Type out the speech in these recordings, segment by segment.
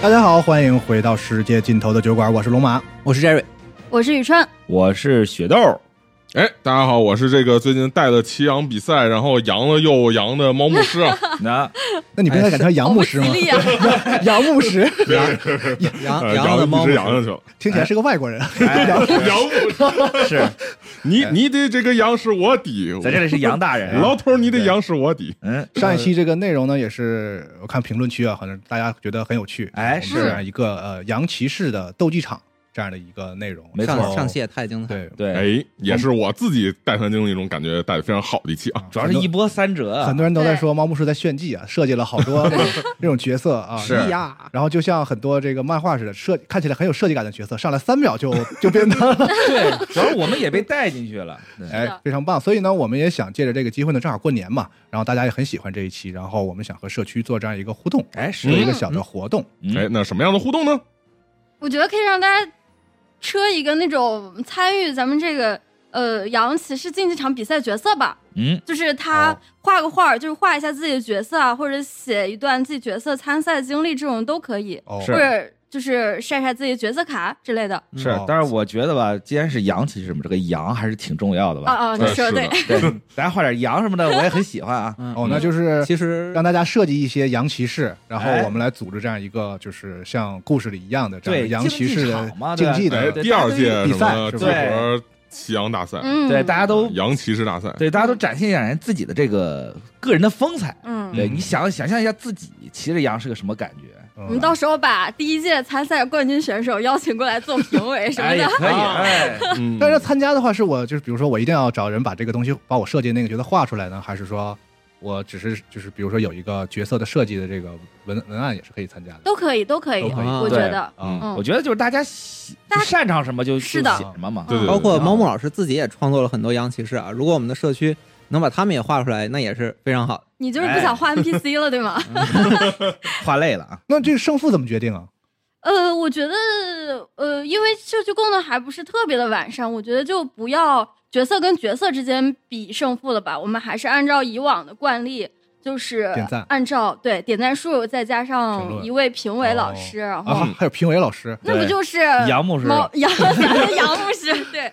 大家好，欢迎回到世界尽头的酒馆，我是龙马。我是 Jerry，我是宇川，我是雪豆，哎，大家好，我是这个最近带了骑羊比赛，然后羊了又羊的猫牧师啊，那那你不应该改成杨牧师我吗不？吉利啊！ 杨牧师啊呃羊羊羊的猫一直羊上去呃了，听起来是个外国人。哎羊牧师，是你你得这个羊是我底，在这里是杨大人、老啊，头儿你得羊是我底，嗯，上一期这个内容呢，也是我看评论区啊，好像大家觉得很有趣。哎我们是这样一个呃洋骑士的斗技场这样的一个内容。没错啊上上蟹太精彩，对，对，哎，也是我自己带团经历中感觉带的非常好的一期啊，主要是一波三折啊，很多人都在说猫牧师在炫技啊，设计了好多那种那种角色啊，是呀。然后就像很多这个漫画似的，设看起来很有设计感的角色，上来三秒就就变成了，对，主要是我们也被带进去了，对哎，非常棒。所以呢，我们也想借着这个机会呢，正好过年嘛，然后大家也很喜欢这一期，然后我们想和社区做这样一个互动，哎是有一个小的活动。嗯哎，那什么样的互动呢？我觉得可以让大家车一个那种呃参与咱们这个呃洋骑士竞技场比赛角色吧，嗯，就是他哦画个画儿，就是画一下自己的角色啊，或者写一段自己角色参赛经历，这种都可以，哦，是或者就是晒晒自己角色卡之类的。是哦，但是我觉得吧，既然是羊骑士嘛，这个羊还是挺重要的啊吧，啊，你哎说是的对的，对，大家画点羊什么的，我也很喜欢啊，嗯哦，那就是其实让大家设计一些洋骑士，然后哎我们来组织这样一个就是像故事里一样的这样对洋骑士竞技场的嘛对竞吧技哎，的对第二届比什赛么是吧集合骑羊大赛，嗯，对，大家都羊骑士大赛，对大家都展现一下人自己的这个个人的风采，嗯。对，你想想象一下自己骑着羊是个什么感觉，嗯我们到时候把第一届参赛冠军选手邀请过来做评委什么哎也的，啊可以，哎，嗯但是参加的话，是我就是比如说我一定要找人把这个东西把我设计那个角色画出来呢，还是说我只是就是比如说有一个角色的设计的这个文文案也是可以参加的？都可以，都可以，都可以我觉得，啊，嗯我觉得就是大家喜大家擅长什么就是就的写什么嘛，对对对包括毛木老师自己也创作了很多羊骑士啊。如果我们的社区能把他们也画出来，那也是非常好的。你就是不想画 NPC 了，对吗？画累了啊。那这个胜负怎么决定啊？呃，我觉得，呃，因为社区功能还不是特别的完善，我觉得就不要角色跟角色之间比胜负了吧。我们还是按照以往的惯例，就是点赞按照对点赞数，再加评上论一位评委老师，然后、啊，还有评委老师，那不对就是杨牧师呃猫杨咱们杨牧师对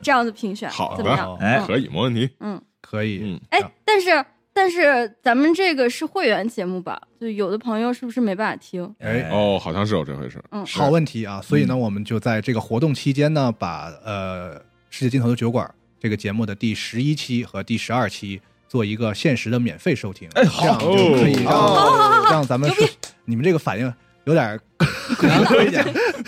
这样子评选，好怎么样？哦哎可以，没问题，嗯，可以嗯，哎啊，但是但是咱们这个是会员节目吧？就有的朋友是不是没办法听？哎哦，好像是有这回事，嗯是好问题啊！所以呢，我们就在这个活动期间呢，把呃《世界尽头的酒馆》这个节目的第十一期和第十二期做一个限时的免费收听，哎这样好就可以让、哦让咱们牛逼你们这个反应有点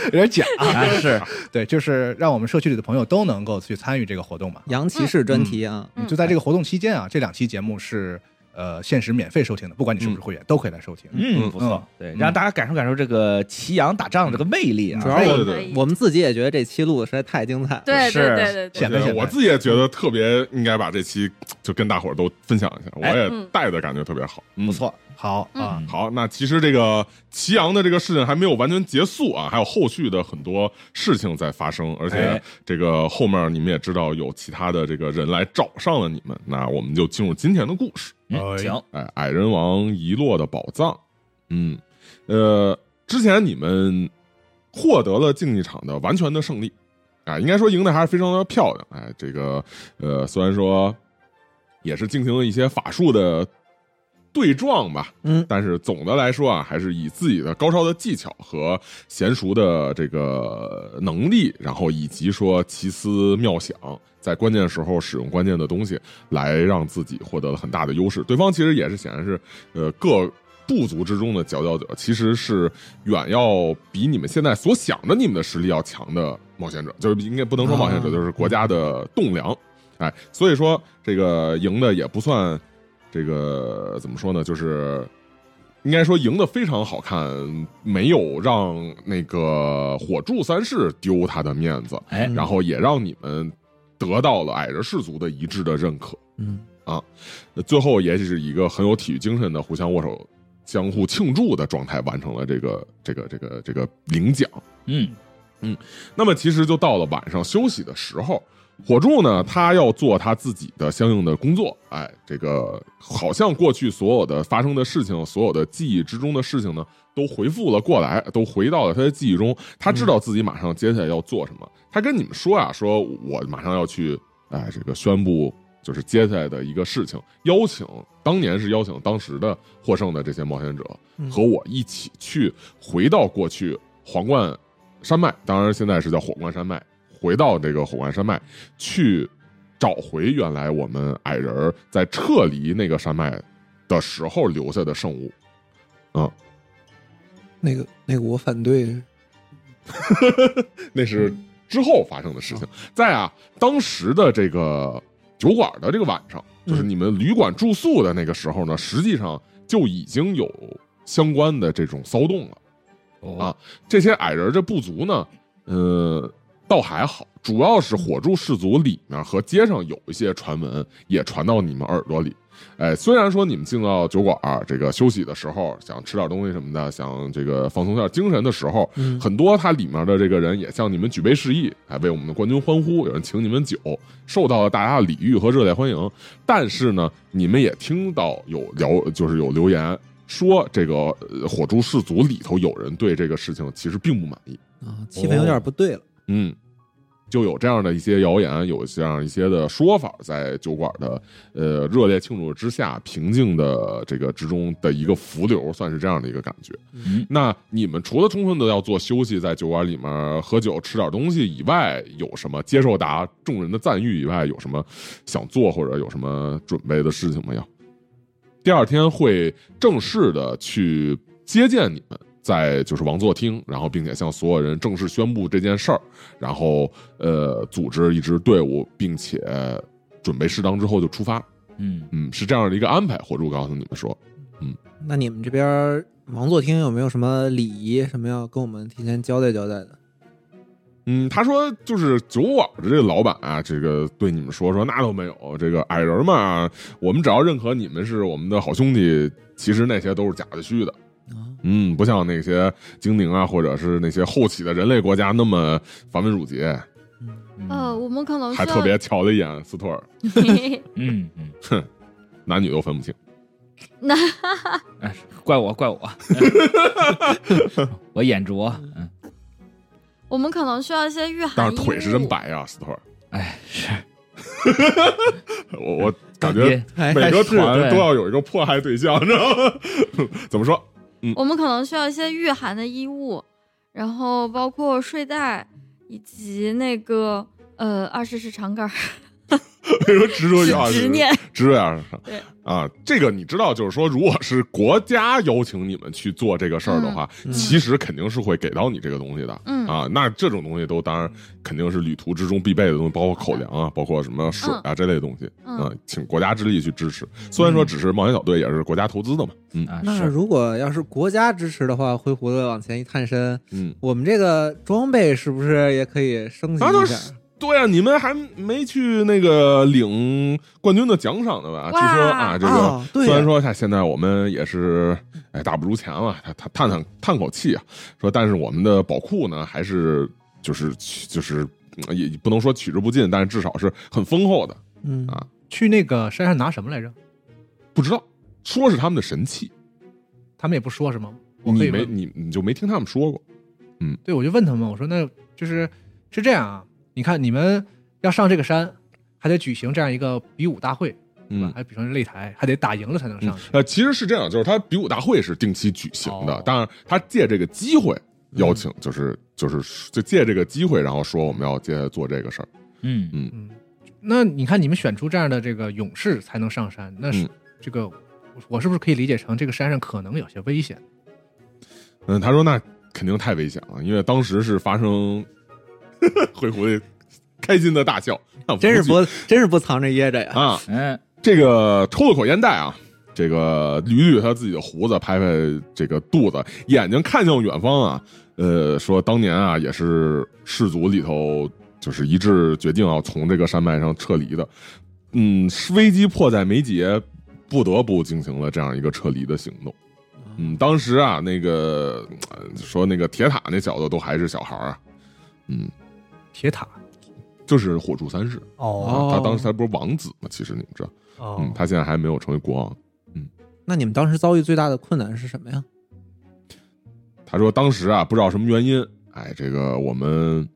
有点假，啊是，对，就是让我们社区里的朋友都能够去参与这个活动嘛。羊骑士专题啊，嗯就在这个活动期间啊，这两期节目是呃限时免费收听的，不管你是不是会员，都可以来收听。嗯嗯不错，对，让大家感受感受这个骑羊打仗的这个魅力啊嗯主。要我对对可对以我们自己也觉得这期录的实在太精彩了。 对对是对对对，显摆对显摆，我自己也觉得特别应该把这期就跟大伙儿都分享一下，我哎也嗯带的感觉特别好，嗯不。错，好啊，好，那其实这个祁阳的这个事情还没有完全结束啊，还有后续的很多事情在发生，而且哎这个后面你们也知道有其他的这个人来找上了你们，那我们就进入今天的故事。哎嗯，行，哎，矮人王遗落的宝藏。嗯，呃，之前你们获得了竞技场的完全的胜利，啊，应该说赢得还是非常的漂亮。哎，这个呃，虽然说也是进行了一些法术的对撞吧，嗯，但是总的来说啊，还是以自己的高超的技巧和娴熟的这个能力，然后以及说奇思妙想，在关键时候使用关键的东西，来让自己获得了很大的优势。对方其实也是显然是呃各部族之中的佼佼者，其实是远要比你们现在所想的你们的实力要强的冒险者，就是应该不能说冒险者，啊就是国家的栋梁。哎，所以说这个赢的也不算这个怎么说呢，就是应该说赢得非常好看，没有让那个火柱三世丢他的面子，哎然后也让你们得到了矮人氏族的一致的认可。嗯，呃最后也是一个很有体育精神的互相握手、相互庆祝的状态，完成了这个这个这个这个领奖。嗯，那么其实就到了晚上休息的时候，火柱呢，他要做他自己的相应的工作。哎，这个好像过去所有的发生的事情，所有的记忆之中的事情呢，都回复了过来，都回到了他的记忆中。他知道自己马上接下来要做什么。他跟你们说啊，说我马上要去，哎，这个宣布。就是接下来的一个事情，邀请当年是邀请当时的获胜的这些冒险者嗯和我一起去回到过去皇冠山脉，当然现在是叫火冠山脉，回到这个火冠山脉去找回原来我们矮人儿在撤离那个山脉的时候留下的圣物。嗯那个那个我反对， 那是之后发生的事情。在啊，当时的这个酒馆的这个晚上，就是嗯你们旅馆住宿的那个时候呢，实际上就已经有相关的这种骚动了。啊，这些矮人这部族呢，呃，倒还好，主要是火柱氏族里面和街上有一些传闻也传到你们耳朵里。哎，虽然说你们进到酒馆儿这个休息的时候，想吃点东西什么的，想这个放松一下精神的时候，嗯很多它里面的这个人也向你们举杯示意，哎，为我们的冠军欢呼，有人请你们酒，受到了大家的礼遇和热烈欢迎。但是呢，你们也听到有聊，就是有留言说这个呃火烛氏族里头有人对这个事情其实并不满意，啊，气氛有点不对了。嗯，就有这样的一些谣言，有这样一些的说法，在酒馆的呃热烈庆祝之下，平静的这个之中的一个浮流，算是这样的一个感觉。嗯那你们除了充分的要做休息，在酒馆里面喝酒吃点东西以外，有什么接受达众人的赞誉以外，有什么想做或者有什么准备的事情没有？第二天会正式的去接见你们，在就是王座厅，然后并且向所有人正式宣布这件事儿，然后呃组织一支队伍，并且准备适当之后就出发。嗯，嗯，是这样的一个安排。火柱告诉你们说，那你们这边儿王座厅有没有什么礼仪什么要跟我们提前交代交代的？嗯，他说就是酒馆的这个老板啊，这个对你们说说那都没有，这个矮人嘛，我们只要认可你们是我们的好兄弟，其实那些都是假的虚的。啊，嗯，不像那些精灵啊，或者是那些后起的人类国家那么繁文缛节，哦呃，我们可能需还要特别瞧了一眼斯托尔，嗯嗯，男女都分不清。哎怪我 怪我，我眼拙，嗯， 我们可能需要一些御寒，但是腿是真。白啊，斯托尔，哎是，我我感觉哎每个团都要有一个迫害对象，你知道吗？ 怎么说？ 我们可能需要一些御寒的衣物，然后包括睡袋以及那个呃二十是长杆儿，为什么执着于啊二十执念。知样上对啊，这个你知道，就是说，如果是国家邀请你们去做这个事儿的话，其实肯定是会给到你这个东西的。嗯啊，那这种东西都当然肯定是旅途之中必备的东西，包括口粮啊，包括什么水啊这类东西嗯啊，请国家之力去支持。虽然说只是冒险小队，也是国家投资的嘛。嗯啊那是，如果要是国家支持的话，灰胡子往前一探身，嗯，我们这个装备是不是也可以升级啊那一是下？对啊，你们还没去那个领冠军的奖赏呢吧？哇据说啊，这个、啊对啊虽然说看现在我们也是哎大不如前了，他他叹叹叹口气啊，说但是我们的宝库呢还是就是就是嗯也也不能说取之不尽，但是至少是很丰厚的。嗯啊去那个山上拿什么来着？不知道说是他们的神器，他们也不说是吗？我可你以没问你你就没听他们说过？对，我就问他们，我说那就是是这样啊，你看你们要上这个山，还得举行这样一个比武大会，对吧？嗯。还比成擂台，还得打赢了才能嗯上去。呃，其实是这样，就是他比武大会是定期举行的，哦嗯当然他借这个机会邀请，就是就是就借这个机会，然后说我们要接下来做这个事儿。嗯嗯嗯，那你看你们选出这样的这个勇士才能上山，那是、嗯这个我我是不是可以理解成这个山上可能有些危险？嗯，他说那肯定太危险了，因为当时是发生 灰狐狸开心的大笑，啊真是无不真是不藏着掖着惧呀！啊！嗯这个抽了口烟袋啊，这个捋捋他自己的胡子，拍拍这个肚子，眼睛看向远方啊，呃，说当年啊也是氏族里头就是一致决定要从这个山脉上撤离的，嗯，危机迫在眉睫，不得不进行了这样一个撤离的行动。嗯，当时啊，那个呃说那个铁塔那小子都还是小孩儿啊，嗯，铁塔就是火柱三世，哦他当时他不是王子吗？其实你们知道，嗯，他现在还没有成为国王。那你们当时遭遇最大的困难是什么呀？他说当时啊，不知道什么原因，哎，这个我们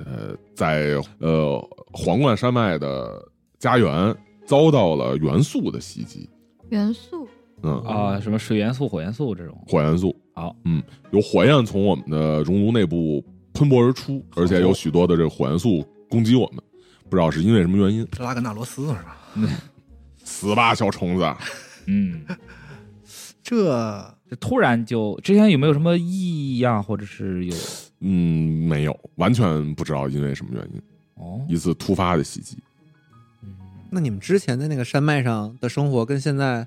呃在呃皇冠山脉的家园遭到了元素的袭击，元素嗯啊，什么水元素、火元素这种。火元素，好，嗯，有火焰从我们的熔炉内部喷薄而出，而且有许多的这个火元素攻击我们，不知道是因为什么原因。拉格纳罗斯是吧？死吧，小虫子！啊嗯，这这突然就之前有没有什么异样，或者是有嗯，没有，完全不知道因为什么原因，哦？一次突发的袭击。嗯那你们之前在那个山脉上的生活跟现在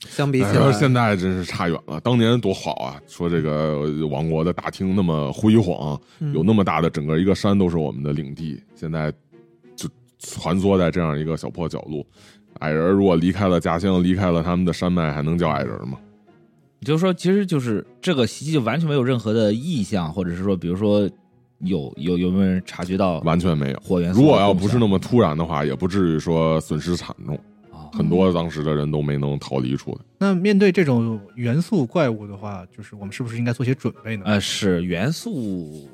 相比起哎呀来，现在真是差远了，当年多好啊！说这个王国的大厅那么辉煌，嗯有那么大的整个一个山都是我们的领地，现在就蜷缩在这样一个小破角落。矮人如果离开了家乡，离开了他们的山脉，还能叫矮人吗？也就是说，其实就是这个袭击就完全没有任何的意向，或者是说，比如说有有有没有人察觉到完全没有。火元素的动向？如果要不是那么突然的话，也不至于说损失惨重，啊，很多当时的人都没能逃离出来。那面对这种元素怪物的话，就是我们是不是应该做些准备呢？呃，是元素，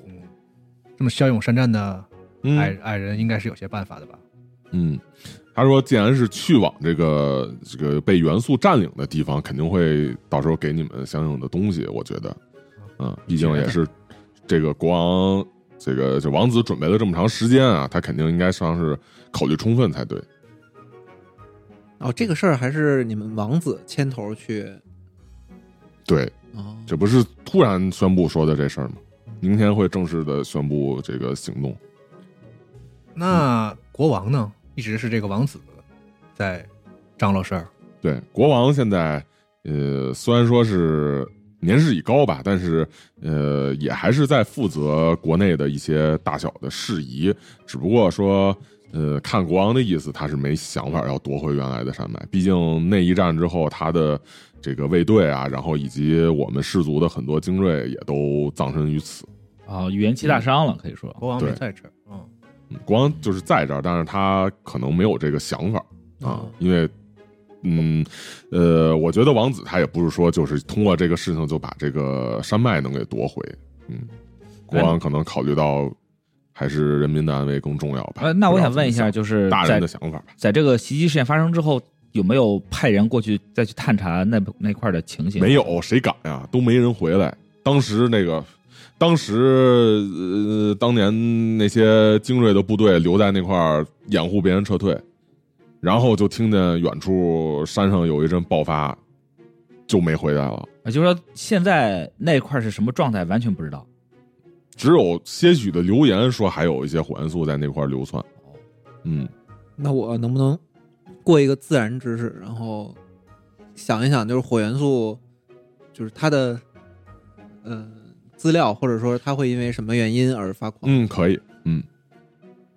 这么骁勇善战的嗯矮矮人，应该是有些办法的吧？嗯，他说，既然是去往这个这个被元素占领的地方，肯定会到时候给你们相应的东西。我觉得，嗯，毕竟也是这个国王，这个这王子准备了这么长时间啊，他肯定应该算是考虑充分才对。哦，这个事儿还是你们王子牵头去对，哦，这不是突然宣布说的这事儿吗？明天会正式的宣布这个行动。那国王呢，一直是这个王子在张罗事儿。对，国王现在呃，虽然说是年事已高吧，但是呃，也还是在负责国内的一些大小的事宜。只不过说，呃，看国王的意思，他是没想法要夺回原来的山脉。毕竟那一战之后，他的这个卫队啊，然后以及我们氏族的很多精锐也都葬身于此。啊，元气大伤了，可以说国王没对在这儿，嗯，嗯国王就是在这儿，但是他可能没有这个想法啊哦，因为，嗯，呃，我觉得王子他也不是说就是通过这个事情就把这个山脉能给夺回，嗯，哎国王可能考虑到还是人民的安危更重要吧。呃，那我想不知道怎么问一下，想就是大人在的想法吧。在这个袭击事件发生之后，有没有派人过去再去探查那那块儿的情形？没有，谁敢呀？都没人回来。当时那个，当时呃，当年那些精锐的部队留在那块儿掩护别人撤退，然后就听见远处山上有一阵爆发，就没回来了。啊，就是说现在那块儿是什么状态，完全不知道。只有些许的流言说还有一些火元素在那块儿流窜。嗯，那我能不能过一个自然知识，然后想一想，就是火元素，就是它的呃资料，或者说它会因为什么原因而发狂？嗯，可以。嗯，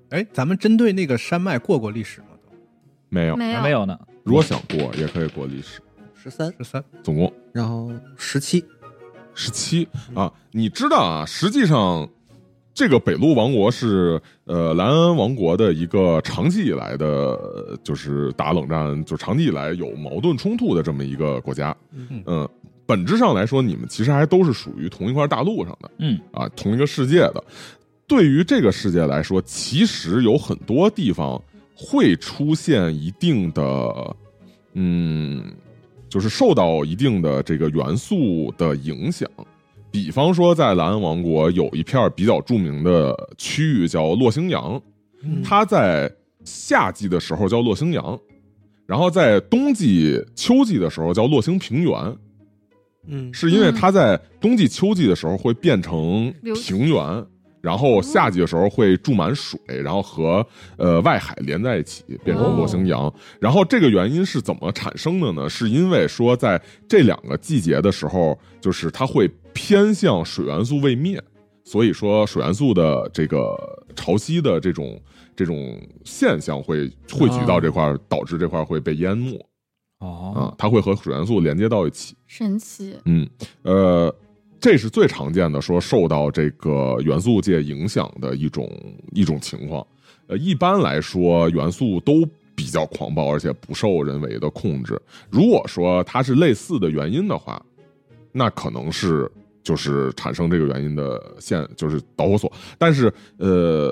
哎，咱们针对那个山脉过过历史吗？都没有。没还有没有呢，如果想过，也可以过历史。十三，十三，总共然后十七，十七啊，你知道啊，实际上这个北陆王国是呃莱恩王国的一个长期以来的，呃就是打冷战，就长期以来有矛盾冲突的这么一个国家。嗯嗯，本质上来说，你们其实还都是属于同一块大陆上的，嗯啊，同一个世界的。对于这个世界来说，其实有很多地方会出现一定的，嗯，就是受到一定的这个元素的影响。比方说，在蓝安王国有一片比较著名的区域叫洛星洋，嗯它在夏季的时候叫洛星洋，然后在冬季、秋季的时候叫洛星平原，嗯是因为它在冬季、秋季的时候会变成流平原，然后夏季的时候会注满水，然后和呃外海连在一起，变成洛星洋。然后这个原因是怎么产生的呢？是因为说在这两个季节的时候，就是它会偏向水元素位灭，所以说水元素的这个潮汐的这种这种现象会汇聚到这块儿，导致这块儿会被淹没啊哦啊，它会和水元素连接到一起。神奇，嗯，呃，这是最常见的说受到这个元素界影响的一种一种情况。呃，一般来说，元素都比较狂暴，而且不受人为的控制。如果说它是类似的原因的话，那可能是就是产生这个原因的线，就是导火索。但是，呃，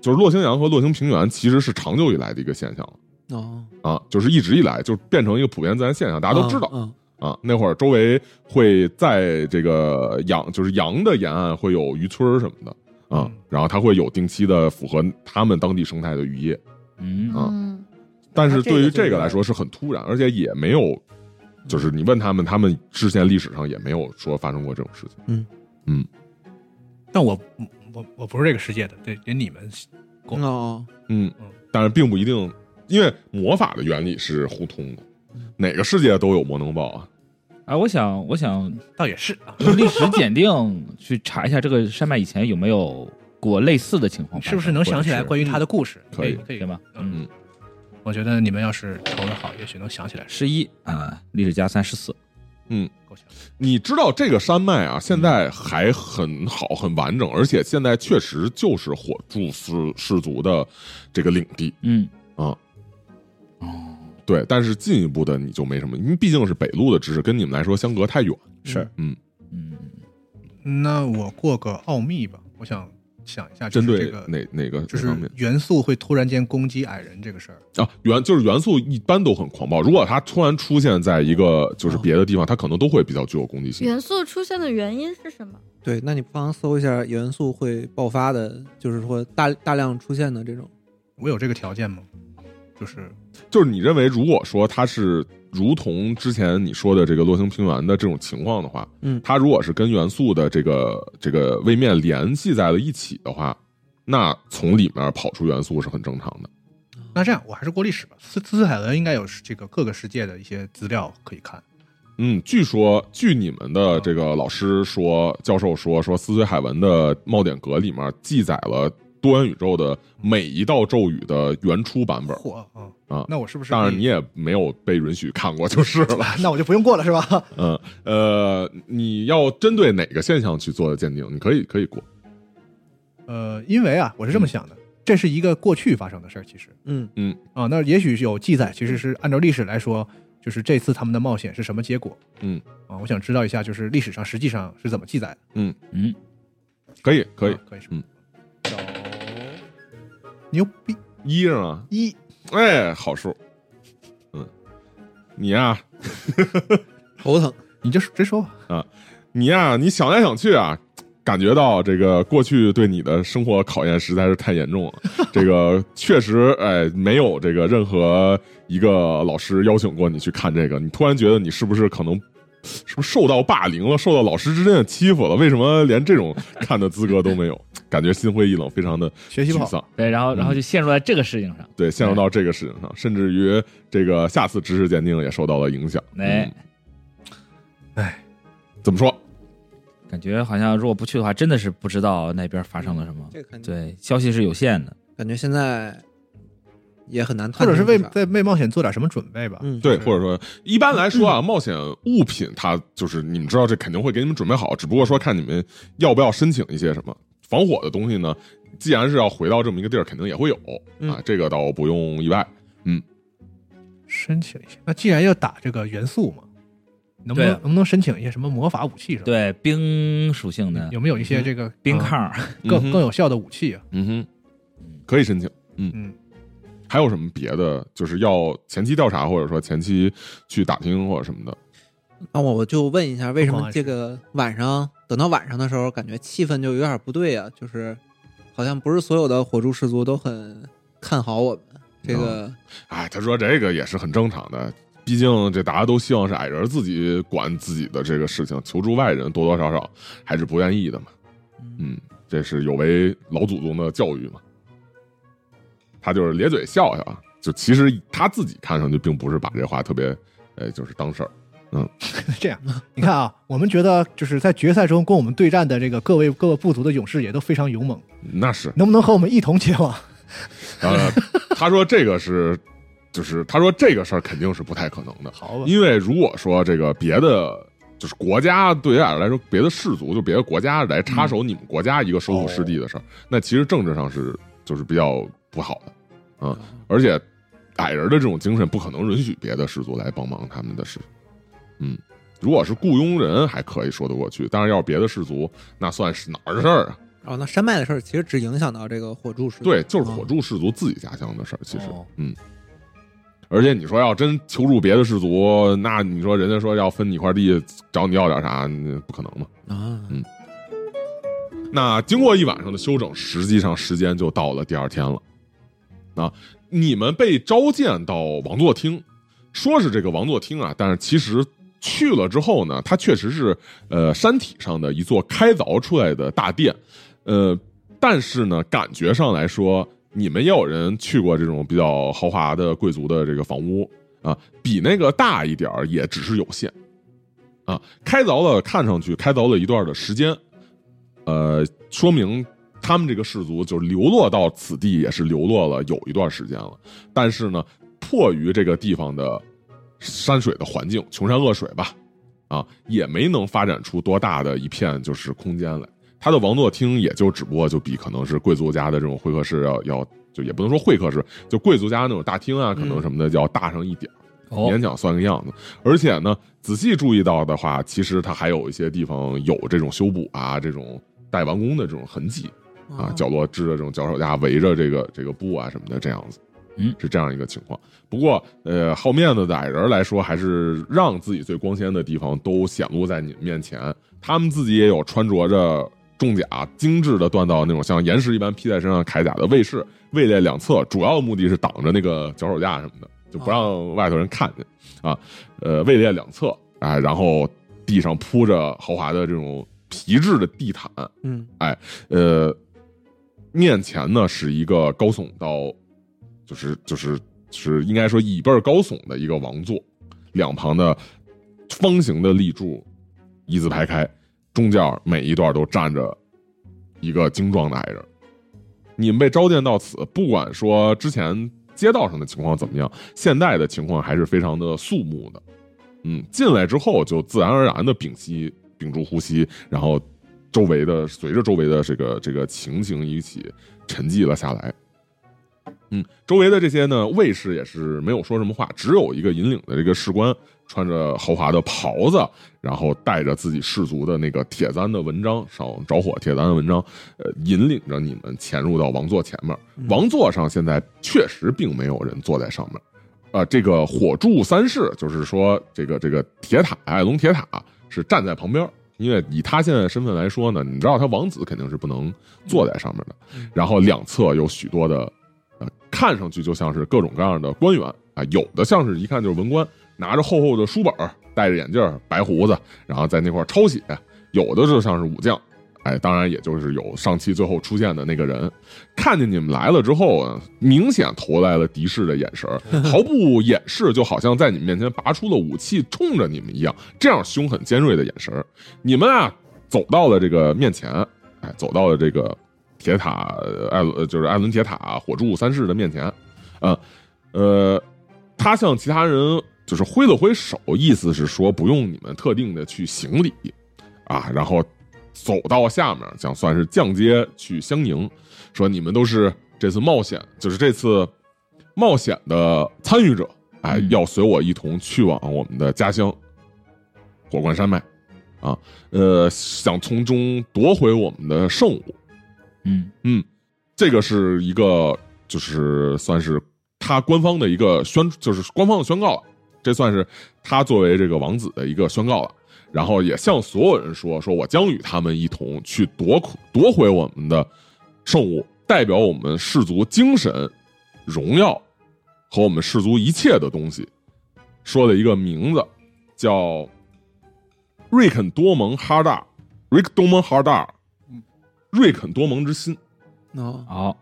就是洛星洋和洛星平原其实是长久以来的一个现象哦，啊，就是一直以来就变成一个普遍自然现象，大家都知道。嗯，啊，那会儿周围会在这个洋，就是洋的沿岸会有渔村儿什么的啊嗯，然后它会有定期的符合他们当地生态的渔业，嗯啊嗯，但是啊那这个对于就这是个来说是很突然，而且也没有，就是你问他们，他们之前历史上也没有说发生过这种事情。但我我我不是这个世界的，对，连你们过嗯哦，嗯嗯，但是并不一定，因为魔法的原理是互通的，嗯哪个世界都有魔能豹啊。哎，我想，我想倒也是啊，用历史检定去查一下这个山脉以前有没有过类似的情况发生，是不是能想起来或者关于他的故事？可以可以对吧？嗯嗯，我觉得你们要是投的好，也许能想起来，十一啊，历史加三十四，够呛。你知道这个山脉啊，现在还很好、很完整，而且现在确实就是火柱氏氏族的这个领地嗯，啊。对，但是进一步的你就没什么，因为毕竟是北路的知识，跟你们来说相隔太远。是，嗯，嗯，那我过个奥秘吧，我想想一下，就针是对这个哪哪个就是哪方面元素会突然间攻击矮人这个事儿，啊？元就是元素一般都很狂暴，如果它突然出现在一个就是嗯别的地方，它可能都会比较具有攻击性。元素出现的原因是什么？对，那你不妨搜一下元素会爆发的，就是说大大量出现的这种，我有这个条件吗？就是就是你认为，如果说它是如同之前你说的这个洛星平原的这种情况的话，嗯它如果是跟元素的这个这个位面联系在了一起的话，那从里面跑出元素是很正常的。那这样，我还是过历史吧。斯斯海伦应该有这个各个世界的一些资料可以看。嗯，据说，据你们的这个老师说，教授说，说斯崔海文的《冒点格》里面记载了多元宇宙的每一道咒语的原初版本。嚯啊啊那我是不是可以？当然，你也没有被允许看过就是了。 那我就不用过了是吧？嗯，呃，你要针对哪个现象去做的鉴定？你可以可以过。呃，因为啊，我是这么嗯想的，这是一个过去发生的事儿，其实嗯啊，那也许有记载，其实是按照历史来说，就是这次他们的冒险是什么结果？嗯，啊，我想知道一下，就是历史上实际上是怎么记载的？可以可以啊，可以是吧嗯，走牛逼一是吗？一，哎，好数。嗯，你啊呀、头疼，你就直说吧。你呀、你想来想去啊，感觉到这个过去对你的生活考验实在是太严重了。这个确实，哎，没有这个任何一个老师邀请过你去看这个，你突然觉得你是不是可能是不是受到霸凌了，受到老师之间的欺负了？为什么连这种看的资格都没有？感觉心灰意冷，非常的学习不沮好，丧。对，然后然后就陷入在这个事情上，对，陷入到这个事情上，甚至于这个下次知识鉴定也受到了影响。哎嗯，怎么说？感觉好像如果不去的话，真的是不知道那边发生了什么，这感觉对，消息是有限的，感觉现在也很难或探者清是是为啥在为冒险做点什么准备吧。嗯对，是或者说一般来说嗯啊，冒险物品它就是你们知道这肯定会给你们准备好，只不过说看你们要不要申请一些什么防火的东西呢？既然是要回到这么一个地儿，肯定也会有啊嗯，这个倒不用意外。申请一下。那既然要打这个元素嘛，能不对能啊能不能申请一些什么魔法武器什么的？对，冰属性的有有没有一些这个冰呃抗，嗯更哼更有效的武器啊？嗯哼，可以申请。嗯， 还有什么别的？就是要前期调查，或者说前期去打听或者什么的。那我就问一下，为什疯狂么暗这示个晚上等到晚上的时候，感觉气氛就有点不对啊？就是好像不是所有的火柱氏族都很看好我们这个，哎，他说这个也是很正常的，毕竟这大家都希望是矮人自己管自己的这个事情，求助外人多多少少还是不愿意的嘛。嗯，这是有违老祖宗的教育嘛。他就是咧嘴笑笑啊，就其实他自己看上去并不是把这话特别，呃，就是当事儿。这样，嗯你看啊，我们觉得就是在决赛中跟我们对战的这个各位各个部族的勇士也都非常勇猛，那是，能不能和我们一同前往？呃， 他说这个是，就是他说这个事儿肯定是不太可能的，好吧，因为如果说这个别的就是国家对于雅人来说，别的氏族就别的国家来插手你们国家一个收复失地的事儿，那其实政治上是就是比较不好的，嗯，而且矮人的这种精神不可能允许别的氏族来帮忙他们的事，嗯，如果是雇佣人还可以说得过去，但是要是别的氏族，那算是哪儿的事儿啊？哦，那山脉的事儿其实只影响到这个火柱是吧对，就是火哦柱氏族自己家乡的事儿，其实，哦嗯。而且你说要真求助别的氏族，那你说人家说要分你块地，找你要点啥，那不可能嘛。啊，那经过一晚上的休整，实际上时间就到了第二天了。啊，你们被召见到王座厅，说是这个王座厅啊，但是其实去了之后呢，它确实是呃山体上的一座开凿出来的大殿，呃，但是呢，感觉上来说，你们也有人去过这种比较豪华的贵族的这个房屋啊，比那个大一点儿，也只是有限。啊，开凿了，看上去开凿了一段的时间，呃，说明他们这个氏族就流落到此地也是流落了有一段时间了。但是呢，迫于这个地方的山水的环境，穷山恶水吧，啊，也没能发展出多大的一片就是空间来。他的王座厅也就只不过就比可能是贵族家的这种会客室要要就也不能说会客室，就贵族家那种大厅啊，可能什么的要大上一点哦儿。嗯勉强算个样子。而且呢，仔细注意到的话，其实它还有一些地方有这种修补啊，这种带完工的这种痕迹啊，角落支的这种脚手架围着这个这个布啊什么的这样子。嗯是这样一个情况。不过，呃，好面子的矮人来说，还是让自己最光鲜的地方都显露在你们面前。他们自己也有穿着着重甲、精致的锻造那种像岩石一般披在身上铠甲的卫士，位列两侧，主要目的是挡着那个脚手架什么的，就不让外头人看见。啊，呃，位列两侧，哎，然后地上铺着豪华的这种皮质的地毯，嗯，呃，面前呢是一个高耸到，就是就是是应该说椅背儿高耸的一个王座，两旁的方形的立柱一字排开，中间儿每一段都站着一个精壮的矮人。你们被召见到此，不管说之前街道上的情况怎么样，现在的情况还是非常的肃穆的。嗯，进来之后就自然而然的屏息、屏住呼吸，然后周围的随着周围的这个这个情形一起沉寂了下来。嗯，周围的这些呢，卫士也是没有说什么话，只有一个引领的这个士官穿着豪华的袍子，然后带着自己氏族的那个铁簪的文章，上着火铁簪的文章，呃，引领着你们潜入到王座前面。王座上现在确实并没有人坐在上面。啊、这个火柱三世，就是说这个这个铁塔爱龙铁塔是站在旁边儿，因为以他现在的身份来说呢，你知道他王子肯定是不能坐在上面的。然后两侧有许多的，呃，看上去就像是各种各样的官员啊，有的像是一看就是文官，拿着厚厚的书本儿，戴着眼镜儿，白胡子，然后在那块儿抄写；有的就像是武将，哎，当然也就是有上期最后出现的那个人，看见你们来了之后啊，明显投来了敌视的眼神儿，毫不掩饰，就好像在你们面前拔出了武器冲着你们一样，这样凶狠尖锐的眼神儿。你们啊，走到了这个面前，哎，走到了这个铁塔呃艾伦就是艾伦铁塔火柱三世的面前，呃呃，他向其他人就是挥了挥手，意思是说不用你们特定的去行礼啊，然后走到下面，想算是降阶去相迎，说你们都是这次冒险，就是这次冒险的参与者，哎，嗯要随我一同去往我们的家乡火冠山脉啊，呃，想从中夺回我们的圣物。嗯嗯，这个是一个就是算是他官方的一个宣，就是官方的宣告了，这算是他作为这个王子的一个宣告了。然后也向所有人说，说我将与他们一同去夺夺回我们的圣物，代表我们氏族精神、荣耀和我们氏族一切的东西。说了一个名字叫瑞肯多蒙哈达，瑞克多蒙哈达，瑞肯多蒙之心。哦，好，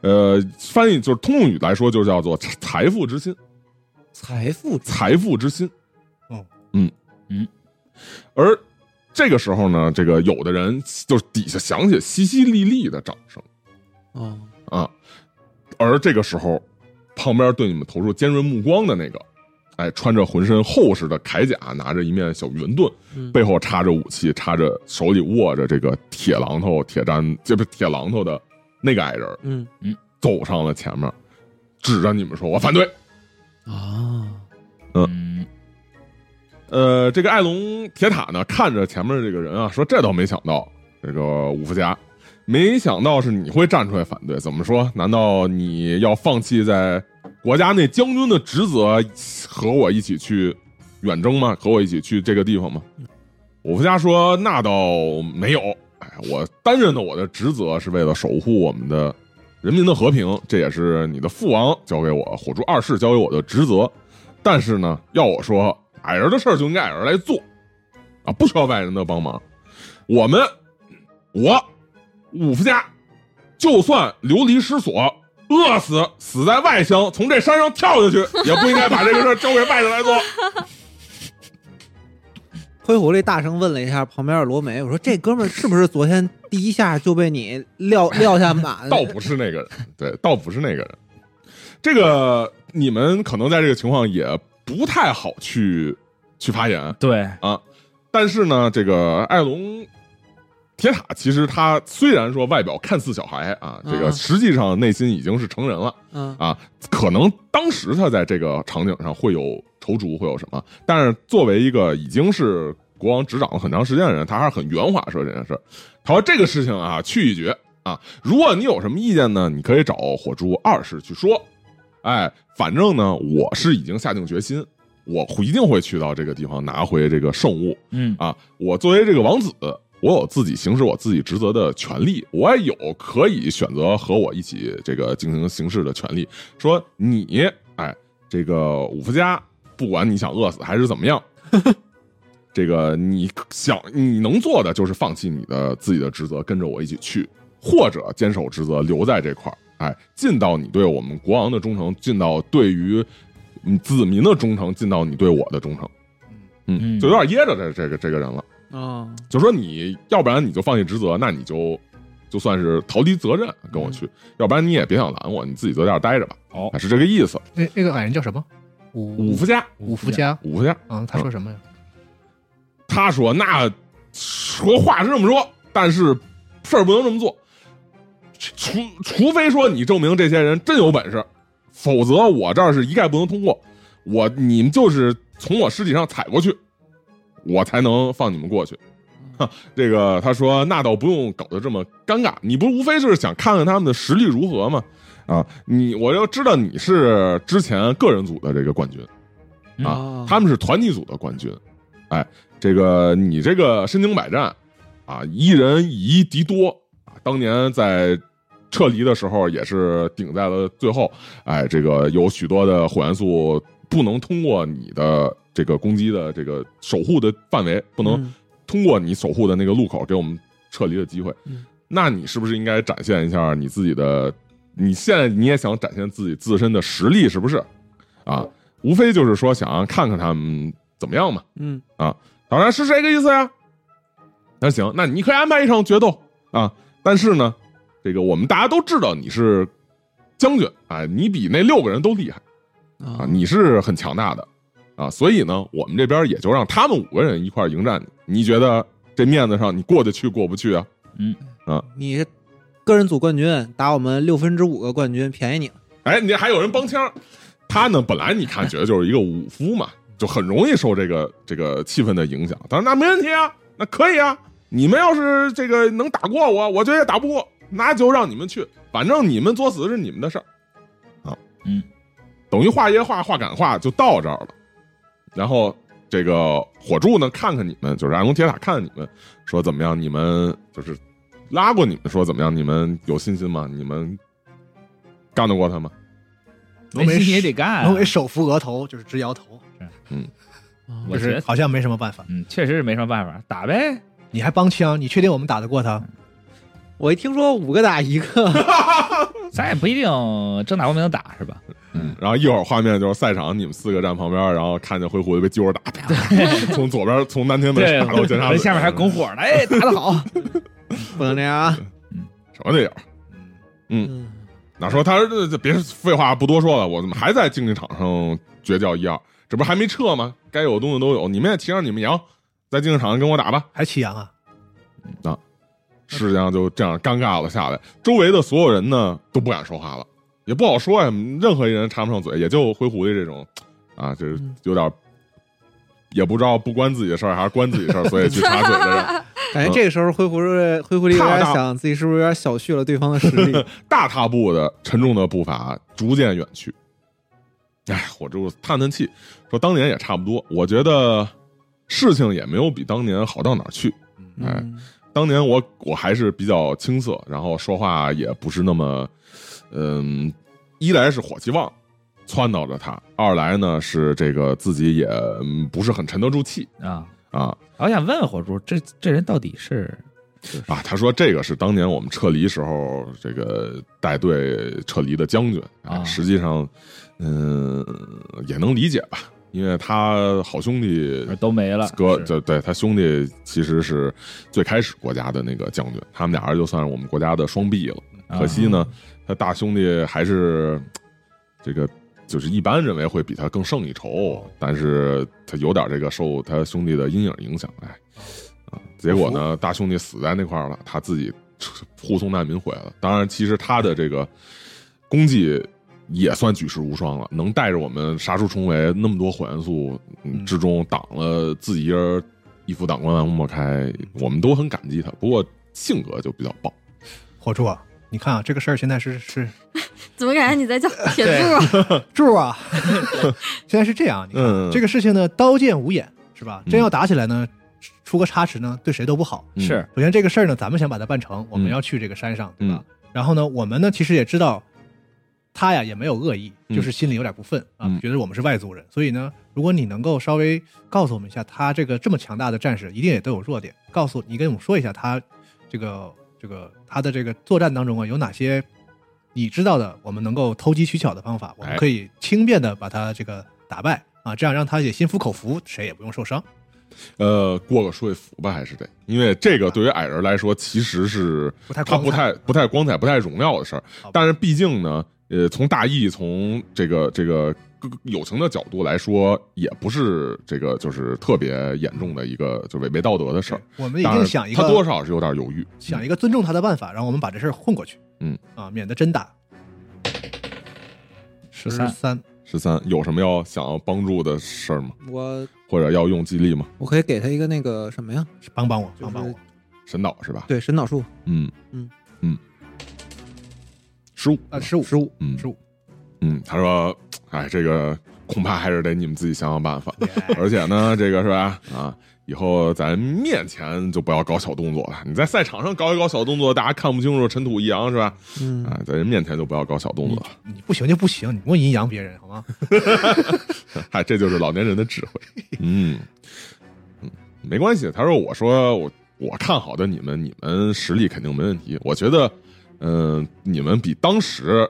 呃，翻译就是通用语来说，就叫做财财富之心，财富财富之心。哦，嗯嗯。而这个时候呢，这个有的人就是底下响起淅淅沥沥的掌声哦，啊，而这个时候，旁边对你们投出尖锐目光的那个，哎、哎，穿着浑身厚实的铠甲，拿着一面小圆盾，嗯背后插着武器，插着手里握着这个铁榔头、铁砧，这不是铁榔头的那个矮人嗯走上了前面，指着你们说：“我反对。啊，嗯，”呃，这个艾隆铁塔呢，看着前面这个人啊，说：“这倒没想到，这个五福家，没想到是你会站出来反对。怎么说？难道你要放弃在国家内将军的职责，和我一起去远征吗？和我一起去这个地方吗？”五福家说：“那倒没有。哎，我担任的我的职责是为了守护我们的人民的和平，这也是你的父王交给我火烛二世交给我的职责。但是呢，要我说，矮人的事儿就应该矮人来做，啊，不需要外人的帮忙。我们，我，五夫家，就算流离失所，饿死，死在外乡，从这山上跳下去，也不应该把这个事儿交给外人来做。灰狐狸大声问了一下旁边的罗梅，我说这哥们儿是不是昨天第一下就被你 撂撂下马的？倒不是那个人，对，倒不是那个人。这个你们可能在这个情况也不太好去去发言，对，啊。但是呢，这个艾隆铁塔其实他虽然说外表看似小孩啊，这个嗯实际上内心已经是成人了嗯啊。可能当时他在这个场景上会有踌躇，会有什么，但是作为一个已经是国王执掌了很长时间的人，他还是很圆滑说这件事儿。他说这个事情啊，去一决啊。如果你有什么意见呢，你可以找火猪二世去说。哎，反正呢，我是已经下定决心，我一定会去到这个地方拿回这个圣物嗯啊！我作为这个王子，我有自己行使我自己职责的权利，我也有可以选择和我一起这个进行行事的权利。说你，哎，这个五夫家，不管你想饿死还是怎么样。这个你想你能做的就是放弃你的自己的职责，跟着我一起去，或者坚守职责留在这块儿，哎，尽到你对我们国王的忠诚，尽到对于嗯子民的忠诚，尽到你对我的忠诚。嗯，嗯就有点噎着这这个这个人了。哦，就说你要不然你就放弃职责，那你就就算是逃离责任跟我去，要不然你也别想拦我，你自己在这儿待着吧。好哎，是这个意思。那那个矮人叫什么？武五夫家，武夫家五夫家，啊？他说什么呀？他说那说话是这么说，但是事儿不能这么做，除除非说你证明这些人真有本事，否则我这儿是一概不能通过。我你们就是从我尸体上踩过去，我才能放你们过去。哼，这个他说那倒不用搞得这么尴尬，你不无非是想看看他们的实力如何吗？啊，你我就知道你是之前个人组的这个冠军，啊哦，他们是团体组的冠军。哎，这个你这个身经百战啊，一人以一敌多啊，当年在撤离的时候也是顶在了最后。哎，这个有许多的火元素不能通过你的这个攻击的这个守护的范围，不能嗯通过你守护的那个路口给我们撤离的机会。嗯那你是不是应该展现一下你自己的？你现在你也想展现自己自身的实力，是不是？啊，无非就是说想让看看他们怎么样嘛。嗯当然是这个意思呀。那行，那你可以安排一场决斗啊。但是呢，这个我们大家都知道你是将军啊，你比那六个人都厉害啊，啊你是很强大的啊。所以呢，我们这边也就让他们五个人一块儿迎战你。你觉得这面子上你过得去过不去啊？你是个人组冠军，打我们六分之五个冠军，便宜你了。哎，你还有人帮腔儿。他呢，本来你看觉得就是一个武夫嘛，就很容易受这个这个气氛的影响。他说：“那没问题啊，那可以啊。你们要是这个能打过我，我觉得也打不过，那就让你们去，反正你们作死是你们的事儿啊。”嗯，等于话爷话话赶话就到这儿了。然后这个火柱呢，看看你们，就是暗龙铁塔看看你们，说怎么样？你们就是拉过你们说怎么样？你们有信心吗？你们干得过他吗？浓眉没戏你也得干啊龙，为手扶额头，就是直摇头，我嗯就觉是得，好像没什么办法。嗯，确实是没什么办法，打呗，你还帮腔，你确定我们打得过他？我一听说五个打一个， 咱也不一定正打光明能打是吧？然后一会儿画面就是赛场，你们四个站旁边，然后看见灰狐狸被揪着打，啪从左边从南天 门对，杀到检察我门，下面还拱火呢，哎，打得好，不能这样啊！什么队友？嗯嗯哪说他这这别废话不多说了，我怎么还在竞技场上决较一二？这不还没撤吗？该有的东西都有，你们也骑上你们羊，在竞技场上跟我打吧。还骑羊啊？事情就这样尴尬了下来，周围的所有人呢都不敢说话了，也不好说呀，任何一人插不上嘴，也就灰狐狸这种，啊，就是嗯有点。也不知道不关自己的事儿还是关自己的事儿，所以去插嘴的人，感觉这个时候灰狐狸灰狐狸有点踏踏想自己是不是有点小觑了对方的实 力，大踏步的沉重的步伐逐渐远去。哎，我就叹叹气，说当年也差不多。我觉得事情也没有比当年好到哪儿去。哎嗯，当年我我还是比较青涩，然后说话也不是那么，嗯，一来是火气旺，撺掇着他；二来呢是这个自己也嗯不是很沉得住气 啊。啊我想问问火猪，这这人到底是啊。他说这个是当年我们撤离时候这个带队撤离的将军哎啊实际上，嗯，也能理解吧，因为他好兄弟都没了？哥，是对对，他兄弟其实是最开始国家的那个将军，他们俩人就算是我们国家的双臂了。啊可惜呢，他大兄弟还是这个，就是一般认为会比他更胜一筹，但是他有点这个受他兄弟的阴影影响，哎，啊，结果呢，大兄弟死在那块儿了，他自己护送难民回来了。当然，其实他的这个功绩。也算举世无双了，能带着我们杀出重围，那么多火元素嗯嗯之中挡了自己一人一夫挡关万夫莫开，我们都很感激他。不过性格就比较暴，火柱啊，你看啊，这个事儿现在是是怎么感觉你在叫铁柱啊？柱啊， 现在是这样，你看、嗯这个事情呢，刀剑无眼是吧？嗯真要打起来呢，出个差池呢，对谁都不好。嗯是首先，这个事儿呢，咱们想把它办成，我们嗯要去这个山上，对吧？然后呢，我们呢其实也知道，他呀也没有恶意，嗯就是心里有点不忿啊嗯，觉得我们是外族人。所以呢，如果你能够稍微告诉我们一下，他这个这么强大的战士，一定也都有弱点，告诉你跟我们说一下他这个这个他的这个作战当中啊有哪些你知道的，我们能够投机取巧的方法，我们哎可以轻便的把他这个打败啊，这样让他也心服口服，谁也不用受伤。呃，过个说服吧，还是得，因为这个对于矮人来说，其实是不太它光不彩太不太光彩、不太荣耀的事儿好吧。但是毕竟呢，呃，从大义、从这个这个各个友情的角度来说，也不是这个就是特别严重的一个就违背道德的事儿。我们一当定然想一他多个少是有嗯点犹豫。想一个尊重他的办法，然后我们把这事儿混过去，嗯啊，免得真打。十三三，三，十三有什么要想要帮助的事儿吗？我或者要用激励吗？我可以给他一个那个什么呀，帮帮我，就帮帮是我，神岛是吧？对神脑术嗯嗯嗯，十五啊，十五，十五，嗯十五，嗯，他说：“哎，这个恐怕还是得你们自己想想办法。 Yeah 而且呢，这个是吧？啊，以后咱面前就不要搞小动作了。你在赛场上搞一搞小动作，大家看不清楚，尘土一扬是吧？嗯，啊，在人面前就不要搞小动作了。你不行就不行，你莫阴阳别人好吗？ 嗨，哎这就是老年人的智慧。嗯，嗯，没关系。他说：“我说我我看好的你们，你们实力肯定没问题。我觉得，嗯、你们比当时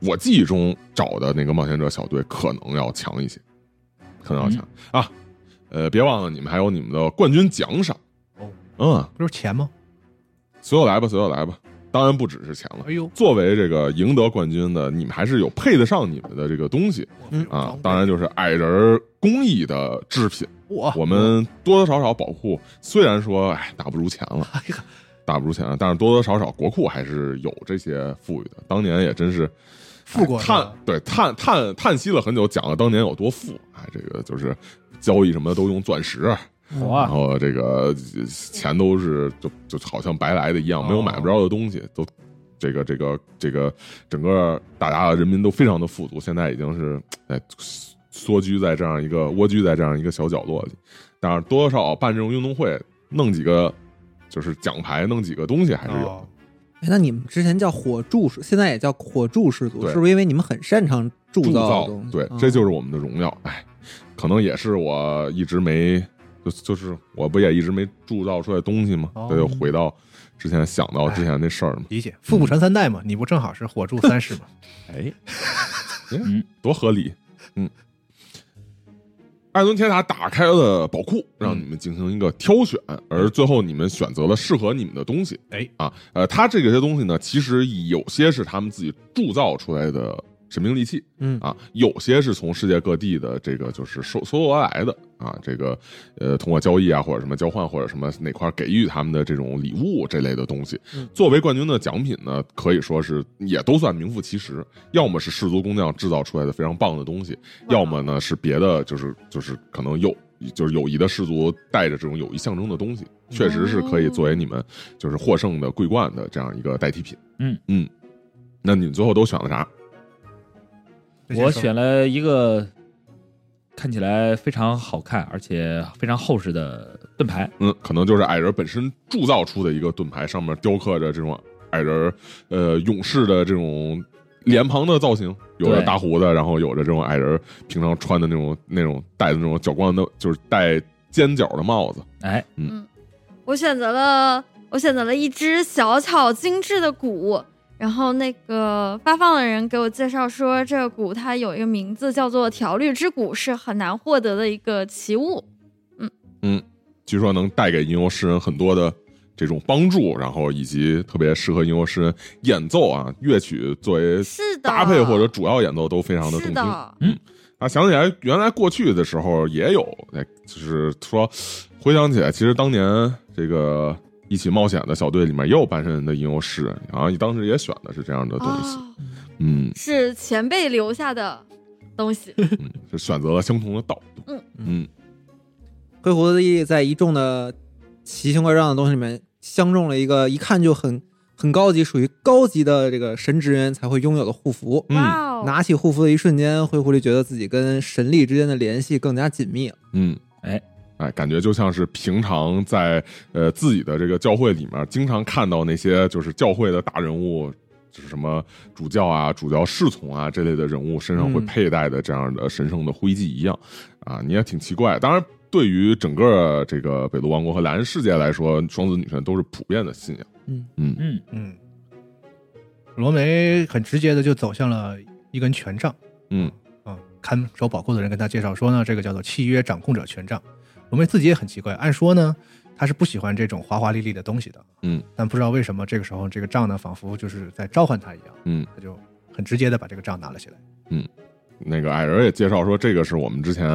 我记忆中找的那个冒险者小队可能要强一些，可能要强、啊。呃，别忘了你们还有你们的冠军奖赏。哦，嗯，不就是钱吗？随我来吧，随我来吧。当然不只是钱了。” 哎呦，作为这个赢得冠军的，你们还是有配得上你们的这个东西我嗯啊，当然就是矮人儿工艺的制品，我我们多多少少保护。虽然说哎打不如前了， 哎呀，打不如前了，但是多多少少国库还是有这些富裕的。当年也真是富过叹呢对叹叹叹息了很久，讲了当年有多富哎，这个就是交易什么的都用钻石，啊然哇，后这个呃钱都是就就好像白来的一哦样，没有买不着的东西，都这个这个这个整个大家的人民都非常的富足，现在已经是哎缩居在这样一个蜗居在这样一个小角落里。但是多少办这种运动会，弄几个就是奖牌，弄几个东西还是有。哦哎，那你们之前叫火柱氏，现在也叫火柱氏族，对是不是因为你们很擅长铸铸造造的东西？对嗯，这就是我们的荣耀。哎，可能也是我一直没，就就是我不也一直没铸造出来东西吗？哦这就回到之前想到之前那事儿嘛。理解，父母传三代嘛，你不正好是火柱三世吗？哎，嗯多合理。嗯，艾伦铁塔打开了宝库，让嗯你们进行一个挑选，而最后你们选择了适合你们的东西。 哎啊，呃，它这个些东西呢，其实有些是他们自己铸造出来的神兵利器嗯啊，有些是从世界各地的这个就是收搜罗来的啊，这个呃通过交易啊或者什么交换或者什么哪块给予他们的这种礼物这类的东西嗯，作为冠军的奖品呢，可以说是也都算名副其实，要么是氏族工匠制造出来的非常棒的东西，哇要么呢是别的就是就是可能有。就是友谊的氏族带着这种友谊象征的东西，确实是可以作为你们就是获胜的桂冠的这样一个代替品。嗯嗯，那你们最后都选了啥？这些我手选了一个看起来非常好看而且非常厚实的盾牌，嗯，可能就是矮人本身铸造出的一个盾牌，上面雕刻着这种矮人呃勇士的这种脸庞的造型，有着对大胡子，然后有着这种矮人平常穿的那种那种戴的那种角冠的，就是戴尖角的帽子。哎，我选择了，我选择了一只小巧精致的鼓。然后那个发放的人给我介绍说，这个鼓它有一个名字叫做“条律之鼓”，是很难获得的一个奇物。据说能带给吟游诗人很多的这种帮助，然后以及特别适合吟游诗人演奏啊，乐曲作为是的，搭配或者主要演奏都非常的是动听。的，啊，想起来原来过去的时候也有，哎，就是说回想起来，其实当年这个一起冒险的小队里面也有半身的吟游诗，好像你当时也选的是这样的东西，哦，嗯，是前辈留下的东西。嗯，是选择了相同的道路，嗯嗯灰狐狸在一众的奇形怪状的东西里面，相中了一个一看就很很高级，属于高级的这个神职人员才会拥有的护符。嗯哇哦，拿起护符的一瞬间，灰狐狸觉得自己跟神力之间的联系更加紧密了。嗯，哎哎，感觉就像是平常在呃自己的这个教会里面经常看到那些就是教会的大人物。就是什么主教啊、主教侍从啊这类的人物身上会嗯佩戴的这样的神圣的徽记一样，啊，你也挺奇怪。当然，对于整个这个北陆王国和蓝世界来说，双子女神都是普遍的信仰。嗯嗯嗯，嗯，罗梅很直接的就走向了一根权杖。嗯啊，看守宝库的人跟他介绍说呢，这个叫做契约掌控者权杖。罗梅自己也很奇怪，按说呢，他是不喜欢这种华华丽丽的东西的。嗯，但不知道为什么这个时候这个杖呢，仿佛就是在召唤他一样。嗯，他就很直接的把这个杖拿了起来。那个矮人也介绍说，这个是我们之前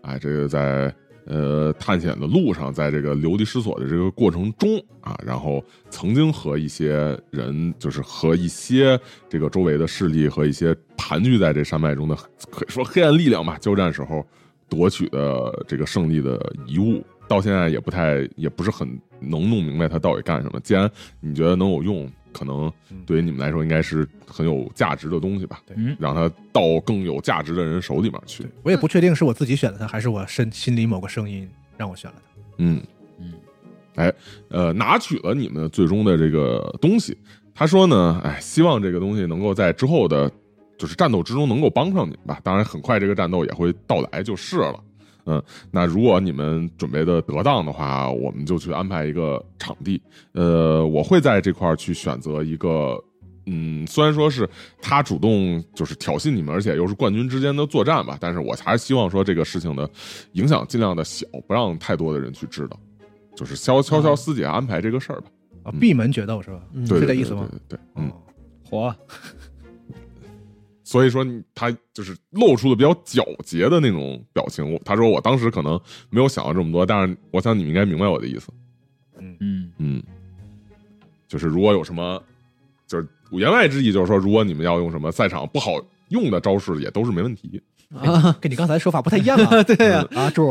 啊，这个在呃探险的路上，在这个流离失所的这个过程中啊，然后曾经和一些人，就是和一些这个周围的势力和一些盘踞在这山脉中的，可以说黑暗力量吧，交战时候夺取的这个胜利的遗物。到现在也不太，也不是很能弄明白它到底干什么。既然你觉得能有用，可能嗯对于你们来说应该是很有价值的东西吧。嗯让它到更有价值的人手里面去。我也不确定是我自己选的他，还是我身心里某个声音让我选了他。嗯，嗯，呃，拿取了你们最终的这个东西。他说呢，哎，希望这个东西能够在之后的，就是战斗之中能够帮上你们吧。当然，很快这个战斗也会到来就是了。嗯，那如果你们准备的得当的话，我们就去安排一个场地。呃，我会在这块儿去选择一个，嗯，虽然说是他主动就是挑衅你们，而且又是冠军之间的作战吧，但是我还是希望说这个事情的影响尽量的小，不让太多的人去知道，就是悄悄悄私底下安排这个事儿吧。啊，嗯闭门决斗是吧？嗯对，嗯是这对意思吗？对对对，对嗯。哦，火，所以说你他就是露出了比较皎洁的那种表情。我他说我当时可能没有想到这么多，但是我想你们应该明白我的意思。嗯嗯，就是如果有什么，就是言外之意就是说，如果你们要用什么赛场不好用的招式，也都是没问题。啊，跟你刚才说法不太一样啊。对呀啊，柱，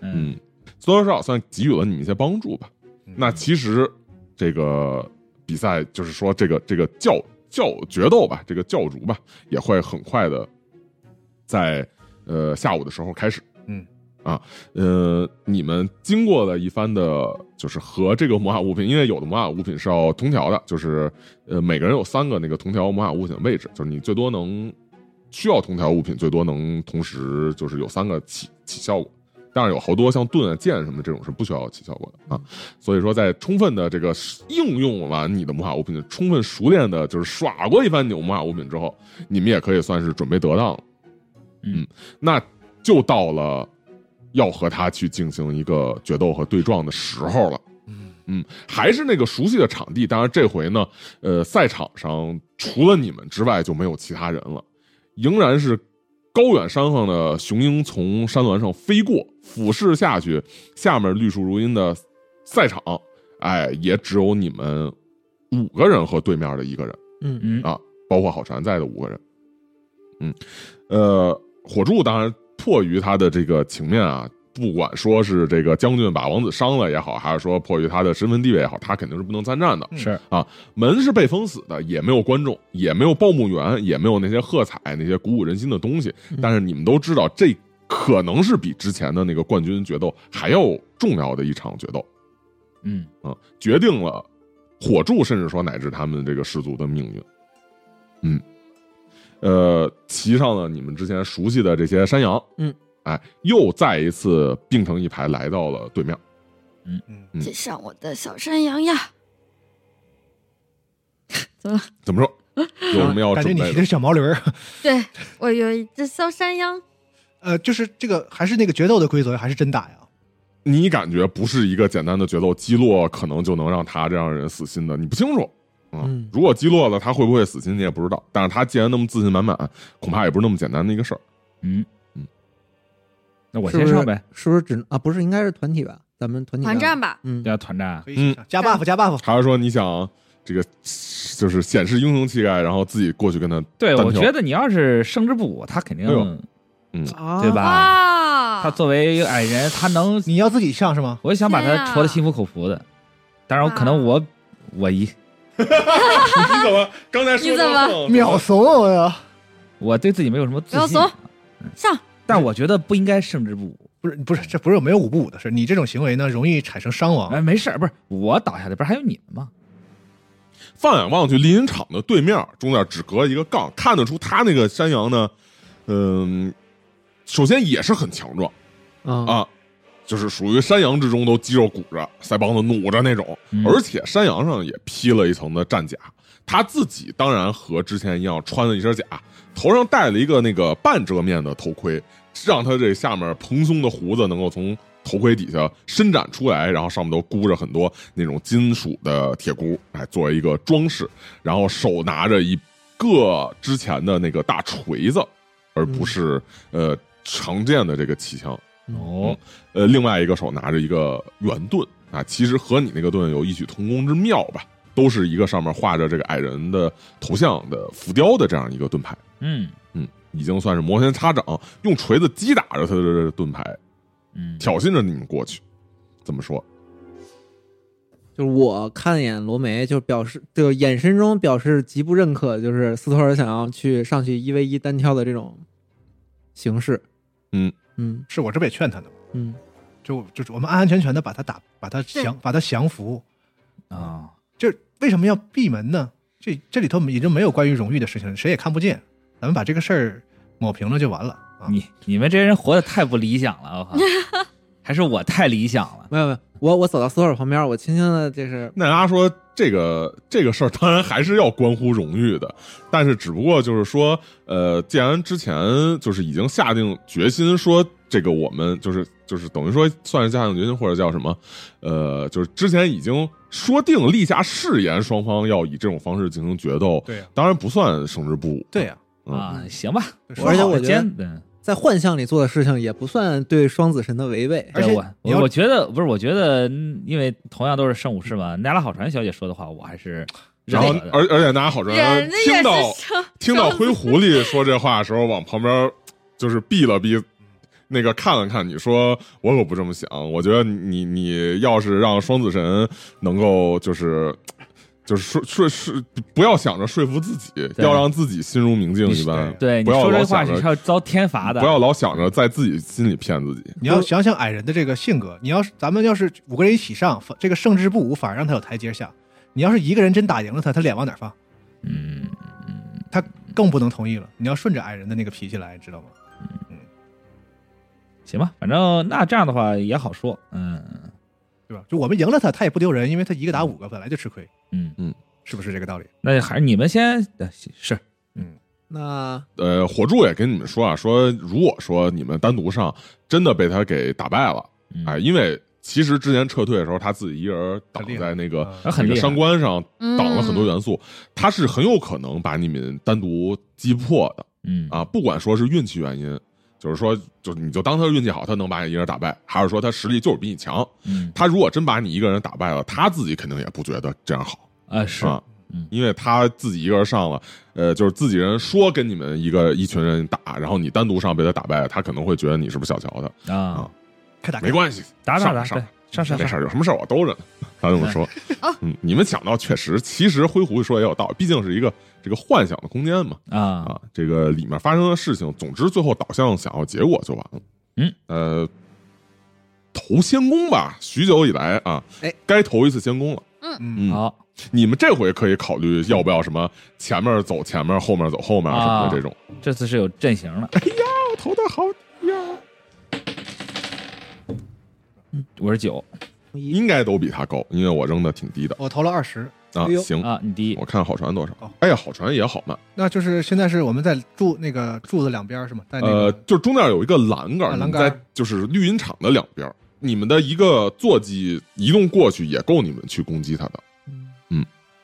嗯嗯，多多少少算给予了你们一些帮助吧。嗯那其实这个比赛就是说，这个这个教教决斗吧，这个教主吧，也会很快的在呃下午的时候开始。嗯，啊，呃，你们经过了一番的，就是和这个魔法物品，因为有的魔法物品是要同调的，就是呃每个人有三个那个同调魔法物品的位置，就是你最多能需要同调物品，最多能同时就是有三个起起效果。但是有好多像盾啊、剑什么这种是不需要起效果的啊，所以说在充分的这个应用完你的魔法物品，充分熟练的就是耍过一番你的魔法物品之后，你们也可以算是准备得当了。嗯，那就到了要和他去进行一个决斗和对撞的时候了。嗯嗯，还是那个熟悉的场地，当然这回呢，呃，赛场上除了你们之外就没有其他人了。仍然是高远山上的雄鹰从山峦上飞过，俯视下去，下面绿树如茵的赛场，哎，也只有你们五个人和对面的一个人，嗯嗯啊包括郝婵在的五个人。嗯，呃，火柱当然迫于他的这个情面啊，不管说是这个将军把王子伤了也好，还是说迫于他的身份地位也好，他肯定是不能参战的。是门是被封死的，也没有观众，也没有报幕员，也没有那些喝彩、那些鼓舞人心的东西。但是你们都知道，这可能是比之前的那个冠军决斗还要重要的一场决斗嗯啊、决定了火柱，甚至说乃至他们这个氏族的命运。嗯，呃，骑上了你们之前熟悉的这些山羊，嗯，哎，又再一次并成一排来到了对面。嗯，嗯接上我的小山羊 呀！怎么说？有什么要感觉哦准你备是这的？小毛驴儿，对我有一只小山羊，呃，就是这个还是那个决斗的规则，还是真打呀？你感觉不是一个简单的决斗，击落可能就能让他这样的人死心的，你不清楚。啊嗯如果击落了他会不会死心，你也不知道。但是他既然那么自信满满，恐怕也不是那么简单的一个事儿。嗯嗯，那我是不先是上呗，是不是只啊？不是，应该是团体吧？咱们团体团战，啊吧，哦嗯，要团战，啊可以想想加 buff 加 buff，还是说你想这个就是显示英雄气概，然后自己过去跟他对单我挑觉得你要是生之不武，他肯定哎呦啊对？吧？哇，他作为一个矮人，他能，你要自己上是吗？我想把天他啊戳的心服口服的。当然，可能我我一你怎么刚才说你怎么的秒怂啊我呀！我对自己没有什么自不要信怂，上但我觉得不应该胜之不武。不是不是，这不是没有五不五的事，你这种行为呢，容易产生伤亡。哎，没事儿，不是我倒下的，不是还有你们吗？放眼望去，林荫场的对面中间只隔一个杠，看得出他那个山羊呢，嗯，首先也是很强壮。啊，啊，就是属于山羊之中都肌肉鼓着、腮帮子努着那种，嗯而且山羊上也披了一层的战甲。他自己当然和之前一样穿了一身甲，头上戴了一个那个半遮面的头盔，让他这下面蓬松的胡子能够从头盔底下伸展出来，然后上面都箍着很多那种金属的铁箍，哎，作为一个装饰。然后手拿着一个之前的那个大锤子，而不是、呃常见的这个气枪。哦，呃，另外一个手拿着一个圆盾啊，其实和你那个盾有异曲同工之妙吧，都是一个上面画着这个矮人的头像的浮雕的这样一个盾牌，嗯嗯，已经算是摩拳擦掌，用锤子击打着他的这盾牌，嗯，挑衅着你们过去。怎么说？就是我看一眼罗梅，就表示就眼神中表示极不认可，就是斯托尔想要去上去一 v 一单挑的这种形式。嗯嗯是我这不也劝他呢吗，嗯，就就是我们安安全全的把他打，把他降，把他降服。啊，就是为什么要闭门呢？这这里头已经没有关于荣誉的事情，谁也看不见，咱们把这个事儿抹平了就完了啊。你你们这些人活得太不理想了，我 靠，还是我太理想了。没有没有，我我走到斯托尔旁边，我轻轻的就是奈拉说：“这个这个事儿当然还是要关乎荣誉的，但是只不过就是说，呃，既然之前就是已经下定决心说这个我们就是就是等于说算是下定决心或者叫什么，呃，就是之前已经说定立下誓言，双方要以这种方式进行决斗，对呀、当然不算胜之不武。对呀、嗯啊，行吧，说而且好我了觉得坚嗯在幻象里做的事情，也不算对双子神的违背。而且对我你要我我觉得不是，我觉得嗯因为同样都是圣武士嘛，奈拉好传小姐说的话，我还是认然后可的而而且大家好专人家也听到是生听到灰狐狸说这话的时候，往旁边就是避了避，那个看了看，你说我可不这么想，我觉得你你要是让双子神能够就是。就是说说是不要想着说服自己，对要让自己心如明镜你一般。对你不要说这老话想是着要遭天罚的，不要老想着在自己心里骗自己。你要想想矮人的这个性格，你要是咱们要是五个人一起上，反这个胜之不武反而让他有台阶下。你要是一个人真打赢了他，他脸往哪儿放？嗯，他嗯更不能同意了。你要顺着矮人的那个脾气来，知道吗？行吧，反正那这样的话也好说，嗯对吧？就我们赢了他，他也不丢人，因为他一个打五个本来就吃亏，嗯，是不是这个道理？那还是你们先呃是那呃，火柱也跟你们说啊，说如果说你们单独上真的被他给打败了，嗯哎，因为其实之前撤退的时候他自己一人挡很厉害在那个啊啊很那个厉害嗯山关上嗯挡了很多元素，他是很有可能把你们单独击破的。嗯啊，不管说是运气原因，就是说，就你就当他运气好，他能把你一个人打败，还是说他实力就是比你强，嗯他如果真把你一个人打败了，他自己肯定也不觉得这样好啊是啊嗯，因为他自己一个人上了，呃，就是自己人说跟你们一个一群人打，然后你单独上被他打败了，他可能会觉得你是不是小瞧他，啊开打，没关系，打打打，上对，上上没事上，儿，有什么事儿我兜着呢。 他这么说，哦嗯，你们想到确实，其实灰狐说也有道理，毕竟是一个这个幻想的空间嘛，啊啊，这个里面发生的事情，总之最后导向想要结果就完了。嗯，呃，投仙宫吧，许久以来啊，哎，该投一次仙宫了。嗯，好你们这回可以考虑要不要什么前面走前面，后面走后面什么啊的这种。这次是有阵型了，我投的好低呀，我是九应该都比他高，因为我扔的挺低的我投了二十，啊哎。呦行，啊，你第一我看好船多少哦？哎呀，好船也好慢。那就是现在是我们在柱那个柱子两边儿是吗？在那个、，呃就中间有一个栏杆，啊你栏们杆在就是绿茵场的两边儿，你们的一个坐骑移动过去也够你们去攻击它的。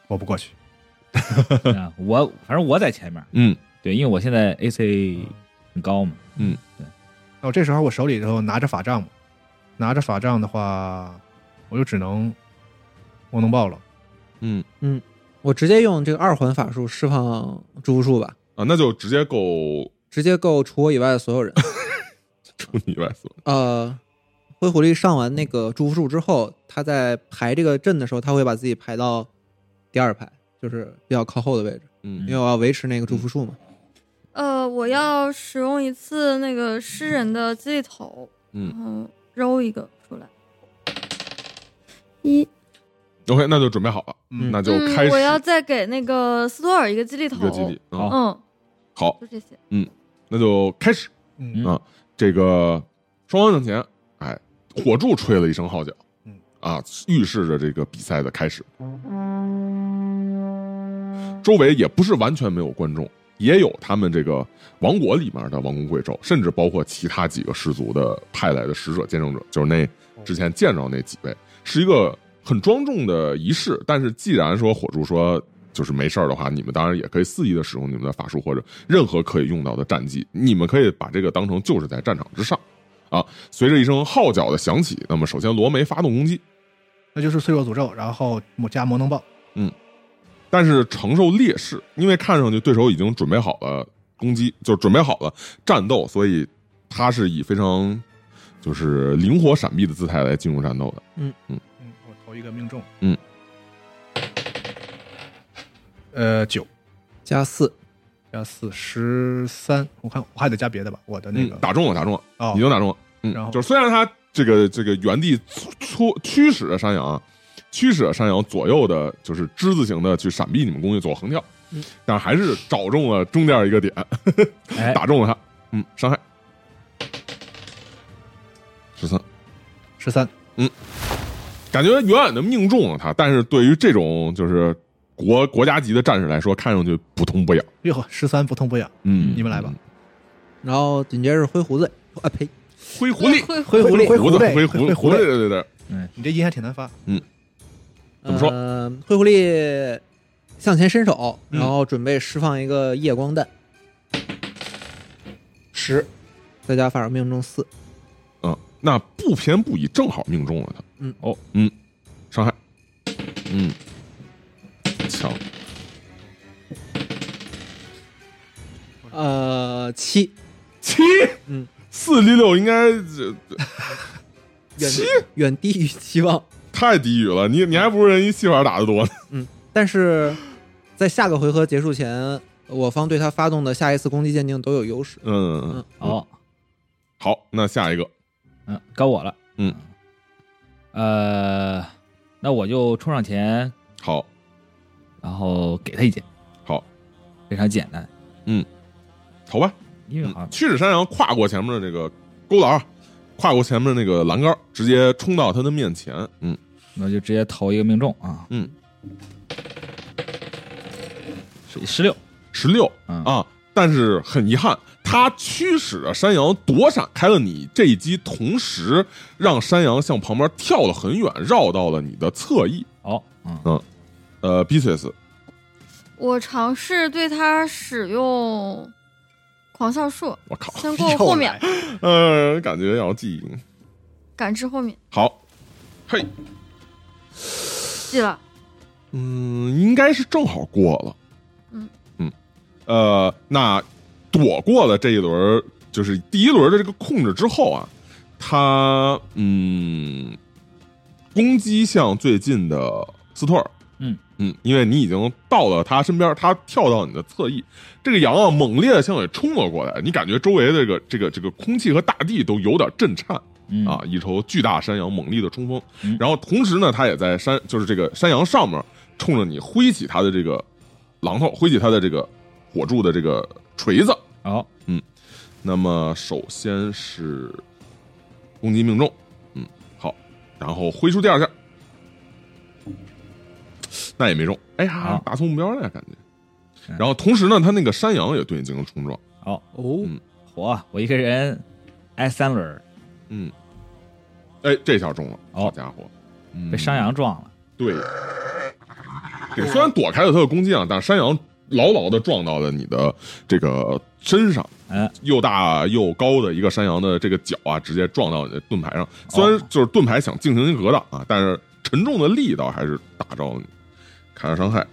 我不过去，啊，我反正我在前面，嗯，对，因为我现在 AC 很高嘛，那我哦这时候我手里头拿着法杖嘛，拿着法杖的话，我就只能我能爆了，嗯我直接用这个二环法术释放诛术吧，啊，那就直接够直接够除我以外的所有人。出你外所。呃，灰狐狸上完那个祝福术之后，他在排这个阵的时候，他会把自己排到第二排，就是比较靠后的位置，嗯因为我要维持那个祝福术嘛。呃，我要使用一次那个诗人的激励头，嗯然后揉一个出来。一， ，OK，那就准备好了，嗯那就开嗯，始我要再给那个斯多尔一个激励一头个。基地。嗯好嗯，好，就这些。那就开始。嗯嗯这个双方向前，哎，火柱吹了一声号角，嗯啊，预示着这个比赛的开始。周围也不是完全没有观众，也有他们这个王国里面的王公贵胄，甚至包括其他几个氏族的派来的使者、见证者，就是那之前见着那几位，是一个很庄重的仪式。但是既然说火柱说。就是没事儿的话，你们当然也可以肆意的使用你们的法术或者任何可以用到的战技，你们可以把这个当成就是在战场之上啊。随着一声号角的响起，那么首先罗梅发动攻击，那就是脆弱诅咒，然后加魔能爆，但是承受劣势，因为看上去对手已经准备好了攻击，就是准备好了战斗，所以他是以非常就是灵活闪避的姿态来进入战斗的。嗯，我投一个命中，嗯，呃，九加四，加四十三，我看我还得加别的吧，我的那个嗯、打中了，打中了，哦已经打中了。嗯然，后就是虽然他这个这个原地搓搓驱使着山羊啊，驱使着山羊左右的，就是之字形的去闪避你们攻击，左横跳，嗯但还是找中了中间一个点，哎打中了他。嗯，伤害十三，十三，感觉远远的命中了他，但是对于这种就是国国家级的战士来说，看上去不痛不痒。哟呵，十三不痛不痒，嗯，你们来吧，然后紧接着是灰胡子，啊呸，灰狐狸，灰狐狸，灰狐子，狸，灰灰狐，狸，狐狐狸，狸，对对对，你这音还挺难发，怎么说呃，灰狐狸向前伸手，嗯然后准备释放一个夜光弹，十、再加法术命中四，嗯，那不偏不倚，正好命中了他。嗯，哦，嗯，伤害，嗯，强，呃，七，七，嗯，四离六应该这远七远低于期望，太低语了，你你还不如人一戏法打的多呢。但是在下个回合结束前，我方对他发动的下一次攻击鉴定都有优势。嗯，哦好，那下一个，嗯该我了嗯，呃那我就冲上前，好，然后给他一剑，好，非常简单，投吧。因为好像驱使山羊跨过前面的这个勾栏，啊跨过前面那个栏杆，直接冲到他的面前。嗯，那就直接投一个命中啊，嗯，十六，十六嗯啊，但是很遗憾，他驱使着山羊躲闪开了你这一击，同时让山羊向旁边跳了很远，绕到了你的侧翼。好，嗯呃 b i s i s 我尝试对他使用狂笑术，我靠，先过豁免，呃，感觉要记忆感知豁免好，记了。嗯，应该是正好过了。嗯嗯，呃，那躲过了这一轮儿，就是第一轮的这个控制之后啊，他嗯攻击向最近的斯托尔。嗯嗯，因为你已经到了他身边，他跳到你的侧翼，这个羊啊猛烈的向你冲了过来，你感觉周围的这个这个这个空气和大地都有点震颤。嗯啊，一头巨大山羊猛力的冲锋，嗯然后同时呢，它也在山就是这个山羊上面冲着你挥起它的这个榔头，挥起它的这个火柱的这个锤子。好，那么首先是攻击命中，嗯，好，然后挥出第二下，那也没中，哎呀好，打错目标了呀，感觉嗯。然后同时呢，它那个山羊也对你进行冲撞，好，嗯哦，火，啊我一个人挨三轮儿，嗯，哎，这下中了，哦好家伙，嗯被山羊撞了。对，对，虽然躲开了他的攻击啊，但是山羊牢牢的撞到了你的这个身上，哎，又大又高的一个山羊的这个脚啊，直接撞到你的盾牌上。虽然就是盾牌想进行一个格挡啊，但是沉重的力道还是打着了你，砍下伤害，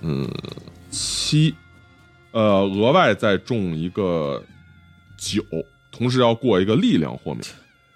嗯，七，呃，额外再中一个九，同时要过一个力量豁免。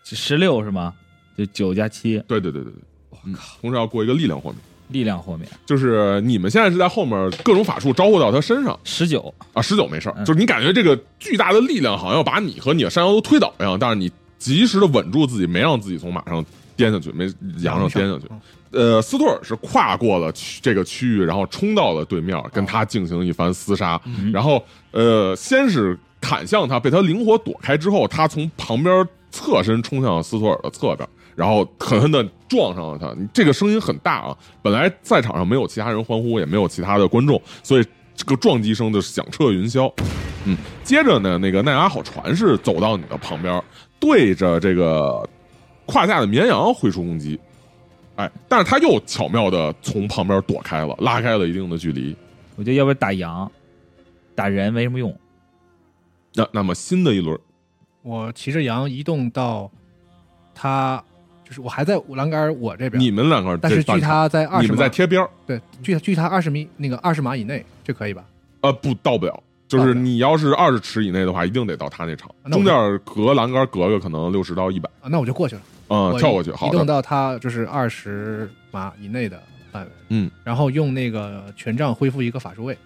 十六是吗？就九加七，对对对对对，我靠，同时要过一个力量豁免。力量豁免就是你们现在是在后面各种法术招呼到他身上十九。啊，十九没事儿，嗯就是你感觉这个巨大的力量好像要把你和你的山羊都推倒一样，但是你及时的稳住自己，没让自己从马上颠下去，没羊上颠下去。嗯呃，斯托尔是跨过了区这个区域，然后冲到了对面，跟他进行一番厮杀。然后呃，先是砍向他，被他灵活躲开之后，他从旁边侧身冲向斯托尔的侧边，然后狠狠的撞上了他。你这个声音很大啊，本来在场上没有其他人欢呼，也没有其他的观众，所以这个撞击声就响彻云霄。嗯，接着呢，那个奈阿好船是走到你的旁边，对着这个胯下的绵羊挥出攻击。哎，但是他又巧妙的从旁边躲开了，拉开了一定的距离。我觉得要不然打羊，打人没什么用。那那么新的一轮，我骑着羊移动到他，就是我还在栏杆我这边，你们两个人啊但是这半距他在场，二你十们码，在贴边儿，对，距距他二十米那个二十码以内，这可以吧？呃，不到不了。就是你要是二十尺以内的话，一定得到他那场，那中我就间隔栏杆隔个可能六十到一百，啊，那我就过去了，嗯，我跳过去，好移动的，到他就是二十码以内的范围，嗯，然后用那个权杖恢复一个法术位，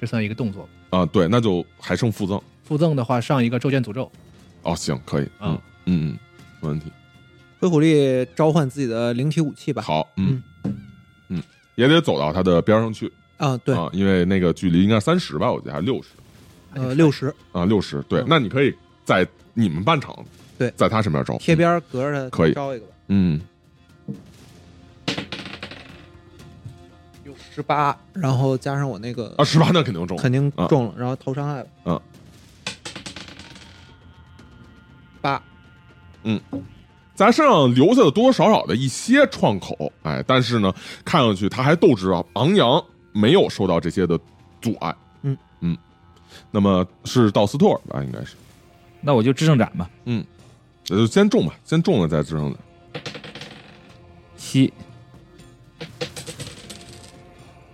这算一个动作吧。啊，对，那就还剩附赠，附赠的话上一个咒剑诅咒，哦，行，可以，嗯啊嗯嗯，没问题，灰狐狸召唤自己的灵体武器吧。好，嗯嗯，也得走到他的边上去啊，对，啊，因为那个距离应该三十吧，我记得还六十呃，六十啊，六十，对嗯，那你可以在你们半场，对在他身边招贴，边儿隔着它可以招一个吧。嗯，十八，然后加上我那个啊，十八那肯定中，肯定啊中了，然后投伤害吧。嗯，八，咱身上留下了多多少少的一些创口，哎，但是呢，看上去他还斗志啊昂扬，没有受到这些的阻碍。嗯嗯，那么是到斯托尔吧，应该是，那我就制胜斩吧，那就先中吧，先中了再支撑的。七，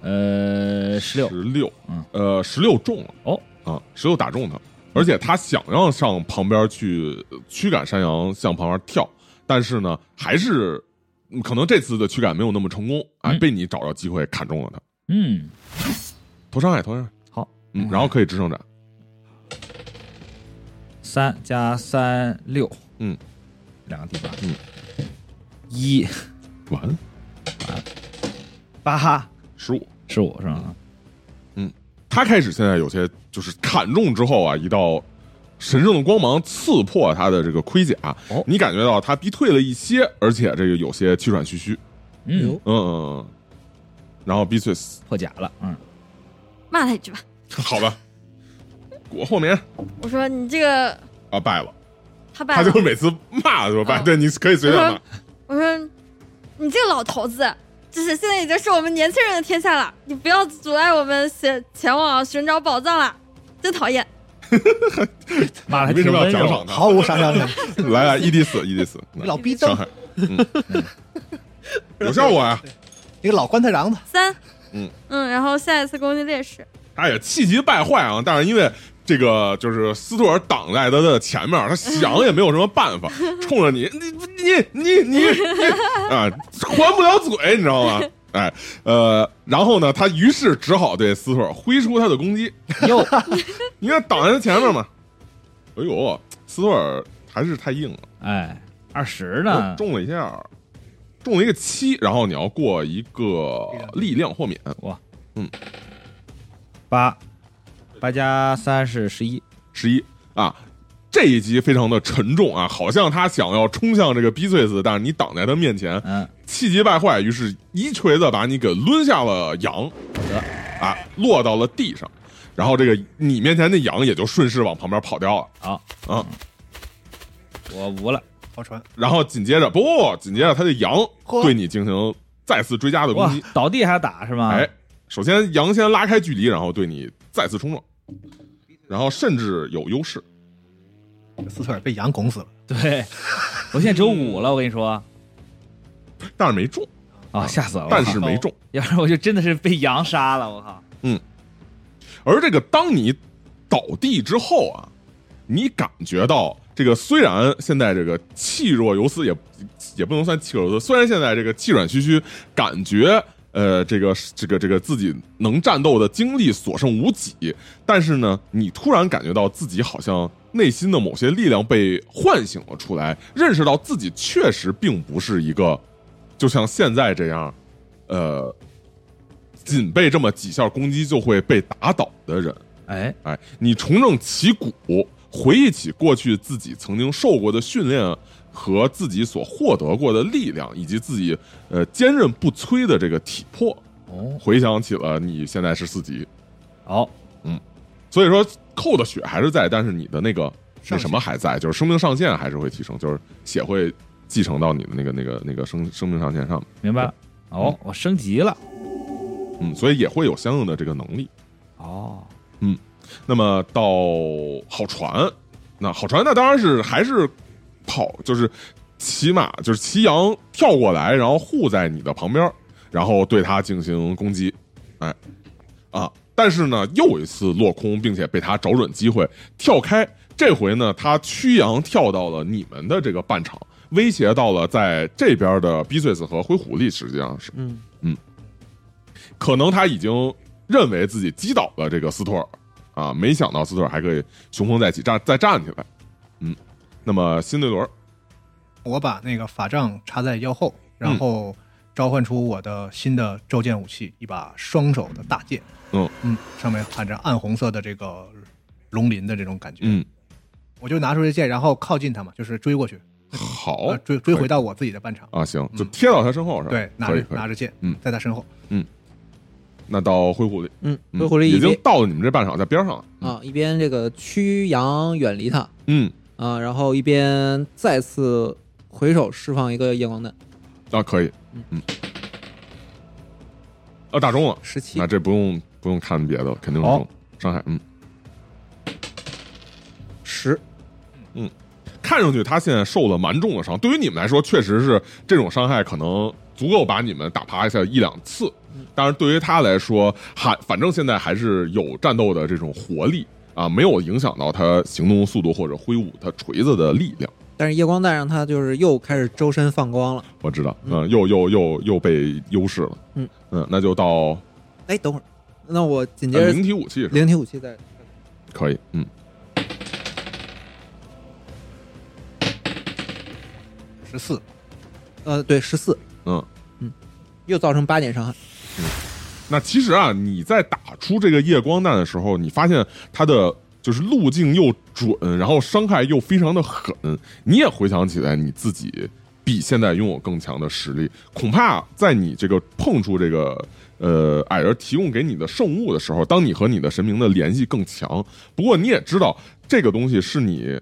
呃，十六，十六，嗯，呃，十六中了，哦，啊，十六打中他，而且他想要上旁边去呃驱赶山羊向旁边跳，但是呢，还是嗯可能这次的驱赶没有那么成功，哎，嗯被你找着机会砍中了他，嗯，投伤害，投伤害，好，嗯，然后可以支撑斩。三加三六，嗯，两个地方，嗯，一完八十五。十五是吧？他开始现在有些就是砍中之后啊，一道神圣的光芒刺破他的这个盔甲，哦你感觉到他逼退了一些，而且这个有些气喘吁吁，哎嗯呦，，嗯嗯嗯。然后 b i t u s 破甲了，嗯，骂他一句吧。好 吧，我后面我说你这个啊败了，他爸他爸，就是每次骂就败，哦对，你可以随便骂嗯，我说你这个老头子，就是现在已经是我们年轻人的天下了，你不要阻碍我们前前往寻找宝藏了。真讨厌。骂得还你为什挺么要温奖柔赏，毫无杀伤力，他？ 来啊，一 d 四，一 d 四，你老逼伤瞪害，嗯，有效果啊呀！你个老棺材瓤子，三，嗯然后下一次攻击劣 势，他也气急败坏啊，但是因为。这个就是斯图尔挡在他的前面，他想也没有什么办法，冲着你，你你你你你啊，还不了嘴，你知道吗？哎，呃，然后呢，他于是只好对斯图尔挥出他的攻击。哟，你看挡在他前面嘛，哎呦，斯图尔还是太硬了。哎，二十我呢？中了一下，中了一个七，然后你要过一个力量豁免，八，八加三是十一。十一啊。这一击非常的沉重啊，好像他想要冲向这个逼翠子，但是你挡在他面前，嗯，气急败坏，于是一锤子把你给抡下了羊，啊，落到了地上，然后这个你面前的羊也就顺势往旁边跑掉了。好，啊，我无了。好传，然后紧接着，不，紧接着他的羊嚯对你进行再次追加的攻哇击，，倒地还要打是吗？哎，，首先羊先拉开距离，然后对你再次冲撞，然后甚至有优势。斯特尔被羊拱死了，对，我现在只有五了，我跟你说但是没中，啊，吓死了！我靠但是没中。要不然我就真的是被羊杀了，我靠！而这个当你倒地之后啊，你感觉到这个虽然现在这个气若游丝也也不能算气若游丝，虽然现在这个气喘吁吁，感觉呃这个这个这个自己能战斗的精力所剩无几，但是呢，你突然感觉到自己好像内心的某些力量被唤醒了出来，认识到自己确实并不是一个就像现在这样，呃。仅被这么几下攻击就会被打倒的人，哎，哎，你重整旗鼓，回忆起过去自己曾经受过的训练和自己所获得过的力量，以及自己呃坚韧不摧的这个体魄，哦，回想起了你现在是四级，好，所以说扣的血还是在，但是你的那个那上限什么还在，就是生命上限还是会提升，就是血会继承到你的那个那个那个生生命上限上面，明白了。哦，我升级了。嗯，所以也会有相应的这个能力。哦，那么到好船，那好船那当然是还是跑，就是骑马，就是骑羊跳过来，然后护在你的旁边，然后对它进行攻击，哎啊！但是呢，又一次落空，并且被它找准机会跳开。这回呢，它驱羊跳到了你们的这个半场，威胁到了在这边的逼碎子和灰狐狸，实际上是嗯，可能他已经认为自己击倒了这个斯托尔啊，没想到斯托尔还可以雄风再起，站再站起来。嗯，那么新对轮儿，我把那个法杖插在腰后，嗯然后召唤出我的新的骤剑武器，一把双手的大剑。嗯嗯，上面含着暗红色的这个龙鳞的这种感觉。嗯，我就拿出这剑，然后靠近他嘛，就是追过去，好呃追追哦可以回到我自己的半场。啊，行，嗯就贴到他身后是吧？对，拿可以着可以拿。着剑，嗯在他身后。那到灰狐狸，嗯，嗯灰狐狸已一经嗯边到了你们这半场，在边上了。啊一边这个驱羊远离他嗯，啊，然后一边再次回手释放一个夜光弹，啊，可以，嗯，啊，打中了，十七那这不用不用看别的了，肯定是好中伤害，嗯。十，看上去他现在受了蛮重的伤，对于你们来说，确实是这种伤害可能足够把你们打趴下一两次。但是对于他来说，还反正现在还是有战斗的这种活力啊，没有影响到他行动速度或者挥舞他锤子的力量。但是夜光弹让他就是又开始周身放光了。我知道，嗯嗯，又又又又被优势了。嗯嗯，那就到哎，等会儿，那我紧接呃着灵体武器是吧灵体武器再可以，嗯，十四，呃对十四嗯又造成八点伤害。那其实啊，你在打出这个夜光弹的时候，你发现它的就是路径又准，然后伤害又非常的狠，你也回想起来你自己比现在拥有更强的实力，恐怕在你这个碰触这个呃矮人提供给你的圣物的时候，当你和你的神明的联系更强。不过你也知道，这个东西是你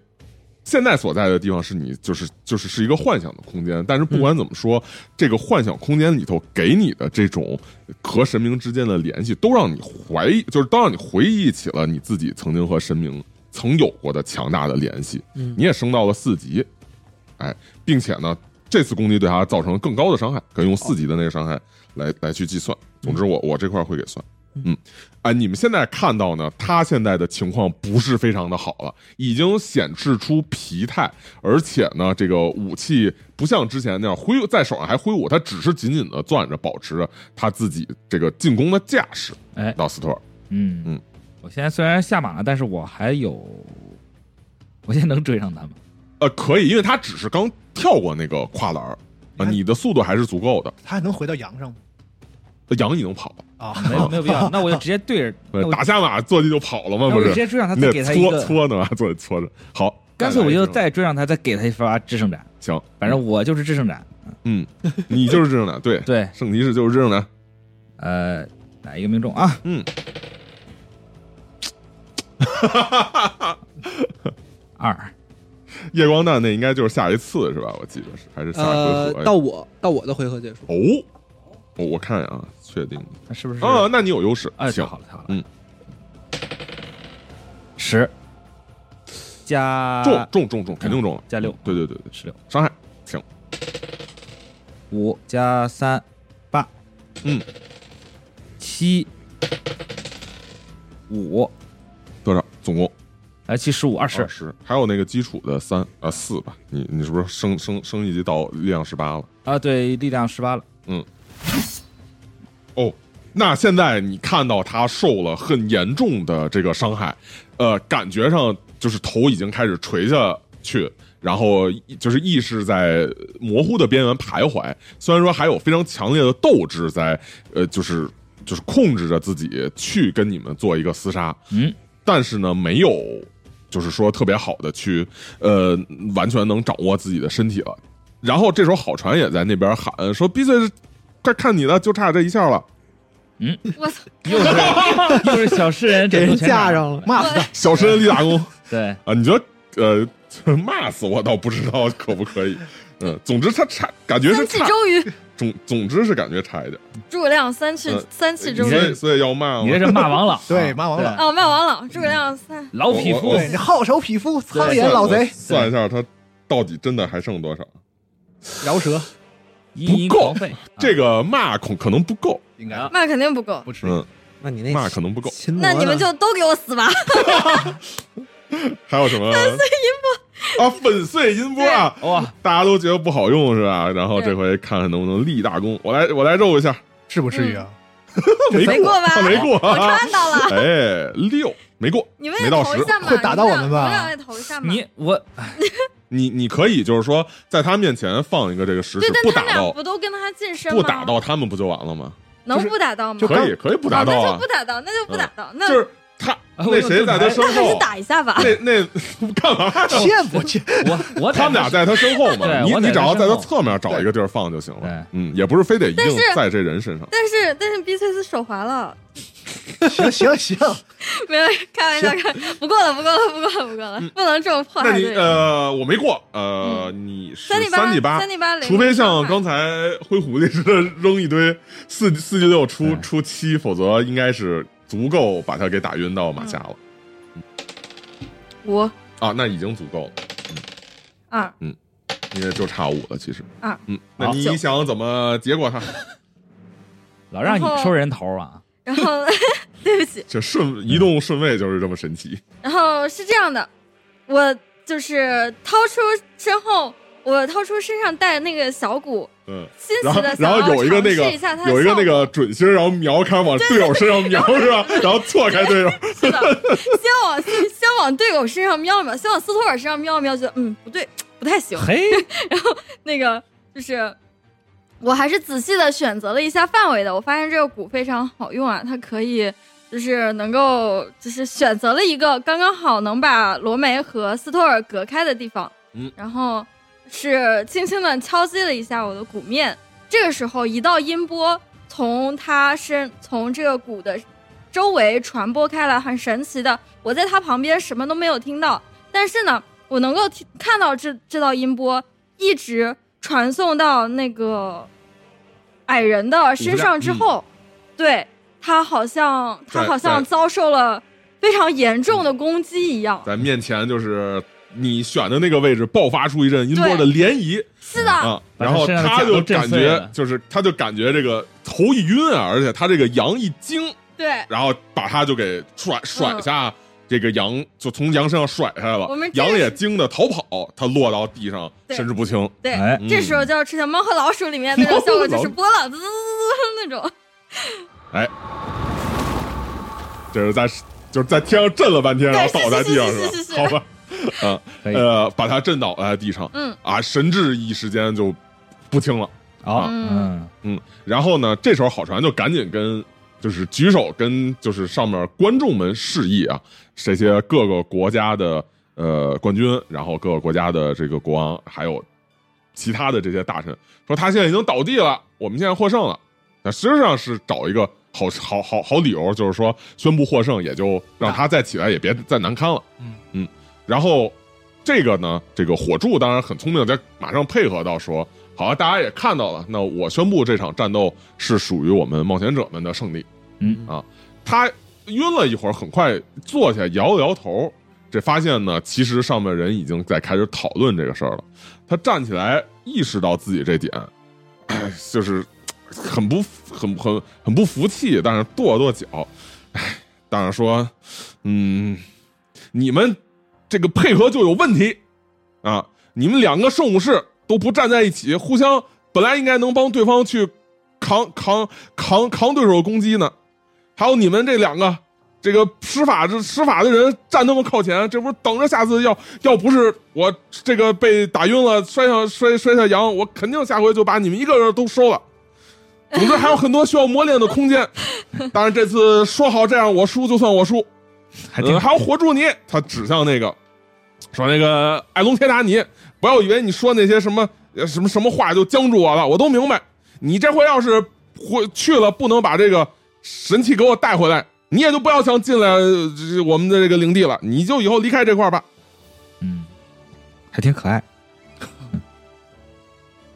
现在所在的地方是你就是就是是一个幻想的空间，但是不管怎么说，这个幻想空间里头给你的这种和神明之间的联系，都让你怀疑，就是都让你回忆起了你自己曾经和神明曾有过的强大的联系。嗯你也升到了四级，哎，并且呢，这次攻击对他造成了更高的伤害，可以用四级的那个伤害来来去计算。总之我，我这块会给算。嗯，哎，你们现在看到呢，他现在的情况不是非常的好了，已经显示出疲态，而且呢，这个武器不像之前那样挥在手上还挥舞，他只是紧紧的攥着，保持着他自己这个进攻的架势。哎，到斯托尔，嗯嗯，我现在虽然下马了，但是我还有，我现在能追上他吗？呃，可以，因为他只是刚跳过那个跨栏儿啊，你的速度还是足够的，他还能回到羊上吗？呃羊已经跑了。啊，没有没有必要，那我就直接对着，不那是我打下马坐地就跑了吗？那不我就是直，接追上他，你再得给他一搓个，搓呢， 坐地搓着。好，干脆我来就一只吧再追上他，再给他一发制胜斩。行，反正我就是制胜斩，你就是这种的，对，对，圣骑士就是这种的。呃，哪一个命中啊？嗯， 二，夜光弹那应该就是下一次是吧？我记得是还是下呃回合。，哎到我到我的回合结束，哦，我我看一眼啊，确定那是不是？啊，那你有优势，哎，太行，好了，太好了，嗯，十加中中中中，肯定中了，加六对对对对，十六伤害五加三八，嗯，七五多少？总共哎七十五二十，十，还有那个基础的三啊四吧。你你是不是升升升一级到力量十八了？啊，对，力量十八了，哦，那现在你看到他受了很严重的这个伤害，呃，感觉上就是头已经开始垂下去，然后意就是意识在模糊的边缘徘徊。虽然说还有非常强烈的斗志在，呃，就是就是控制着自己去跟你们做一个厮杀，嗯，但是呢，没有就是说特别好的去呃完全能掌握自己的身体了。然后这时候郝传也在那边喊说：“闭嘴，快看你的，就差这一下了。”我操！又是 又是小诗人给拯人救全架场，上了， 骂死他！小神立大功对，啊！你觉得呃， 骂死我倒不知道可不可以。嗯，总之他差，感觉是三气差，周 瑜，总总之是感觉差一点。诸葛亮三气嗯三气周所瑜以。所以要骂你这吗？是骂王朗， 对，骂王对朗，哦，卖王朗，诸葛嗯亮三。老匹我夫我，对你好手匹夫，苍算眼老我贼，算一下他到底真的还剩多少？啊饶舌淫淫不够狂吠，这个骂恐可能不够，应该那肯定不够，不至于。嗯，那你那骂可能不够。秦那罗你们呢就都给我死吧！还有什么？粉碎音波啊，粉碎音波啊！啊哇，大家都觉得不好用是吧？然后这回看看能不能立大功。我来，我来肉一下，至不至于啊。 没没过吧他 没过我啊。看到 了，哎，六没过，你们没也到投一十下嘛，会打到我们吧啊你们俩也投一下嘛。你我你你可以就是说，在他面前放一个这个石对尺，，但不他打们俩到不都跟他近身吗？不打到他们不就完了吗？能不打到吗？可以可以不打到那就啊不，打到，那就不打到，哦那就是 他啊我那有谁盾在牌他身那还是后，打一下吧。那那干嘛呀？欠不欠？我我他们俩在他身后嘛，对你我在你只他要在他身后侧面找一个地儿放就行了对。嗯，也不是非得一定但是在这人身上。但是但是 B 翠丝手滑了， 行行行， 没有开玩笑，开不过了，不过了，不过了，不过了，不能这么破嗯那坏你队友。呃，我没过，呃，你是三三底底八，八，三八零，除非像刚才灰狐狸似的扔一堆四四级六出对出七，否则应该是足够把他给打晕到马下嗯了五啊，那已经足够了，二，因为就差五了，其实啊，嗯，那你好想怎么结果他？老让你然后收人头 啊，然后 对不起，这顺移动顺位就是这么神奇，然后是这样的，我就是掏出身后，我掏出身上带的那个小鼓，嗯。新然奇后的，然想后要有一个那个尝试一下它的有一个效那果个准星，然后瞄开往队友身上瞄是吧？然后错开队友，是的， 先往先往队友身上瞄了瞄，先往斯托尔身上瞄了瞄，觉得嗯不对，不太行。嘿， 那个就是，我还是仔细的选择了一下范围的，我发现这个鼓非常好用啊，它可以就是能够就是选择了一个刚刚好能把罗梅和斯托尔隔开的地方，嗯，然后是轻轻的敲击了一下我的鼓面，这个时候一道音波从他身从这个鼓的周围传播开来，很神奇的，我在他旁边什么都没有听到，但是呢，我能够听看到这这道音波一直传送到那个矮人的身上之后，对他好像他在好像在遭受了非常严重的攻击一样。在面前就是你选的那个位置爆发出一阵音波的对涟漪是的，啊，把然后身上的他甲就都震感碎觉了就是他就感觉这个头一晕啊，而且他这个羊一惊，对，然后把他就给甩甩嗯下。这个羊就从羊身上甩下来了我们，这羊也惊得逃跑，它落到地上，对神志不清。对，哎嗯这时候就要出现《猫和老鼠》里面那种效果，就是波浪滋滋滋滋那种。就是在就是在天上震了半天，对然后倒在地上是是是是是吧？好吧，啊，可以呃，把他震倒在地上，嗯啊，神志一时间就不清了，好，嗯嗯，嗯，然后呢，这时候郝船就赶紧跟就是举手跟就是上面观众们示意啊，这些各个国家的呃冠军，然后各个国家的这个国王，还有其他的这些大臣，说他现在已经倒地了，我们现在获胜了。那实际上是找一个好好好好理由，就是说宣布获胜，也就让他再起来，也别再难堪了。嗯嗯，然后这个呢，这个火柱当然很聪明，在马上配合到说，好、啊，大家也看到了，那我宣布这场战斗是属于我们冒险者们的胜利。嗯啊，他晕了一会儿，很快坐下摇了摇头，这发现呢，其实上面人已经在开始讨论这个事儿了。他站起来，意识到自己这点，哎就是很不很很很不服气，但是跺了跺脚，哎，当然说，嗯，你们这个配合就有问题啊！你们两个圣武士都不站在一起，互相本来应该能帮对方去扛扛扛扛对手的攻击呢，还有你们这两个这个施法这施法的人站那么靠前，这不是等着下次要要不是我这个被打晕了摔下摔摔下羊，我肯定下回就把你们一个人都收了。总之还有很多需要磨练的空间，当然这次说好这样我输就算我输，还呃挺还有活住你，他指向那个说那个埃隆铁塔你，不要以为你说那些什么呃什么什么话就僵住我了，我都明白。你这回要是回去了，不能把这个神器给我带回来，你也就不要想进来呃这我们的这个领地了，你就以后离开这块儿吧。嗯，还挺可爱，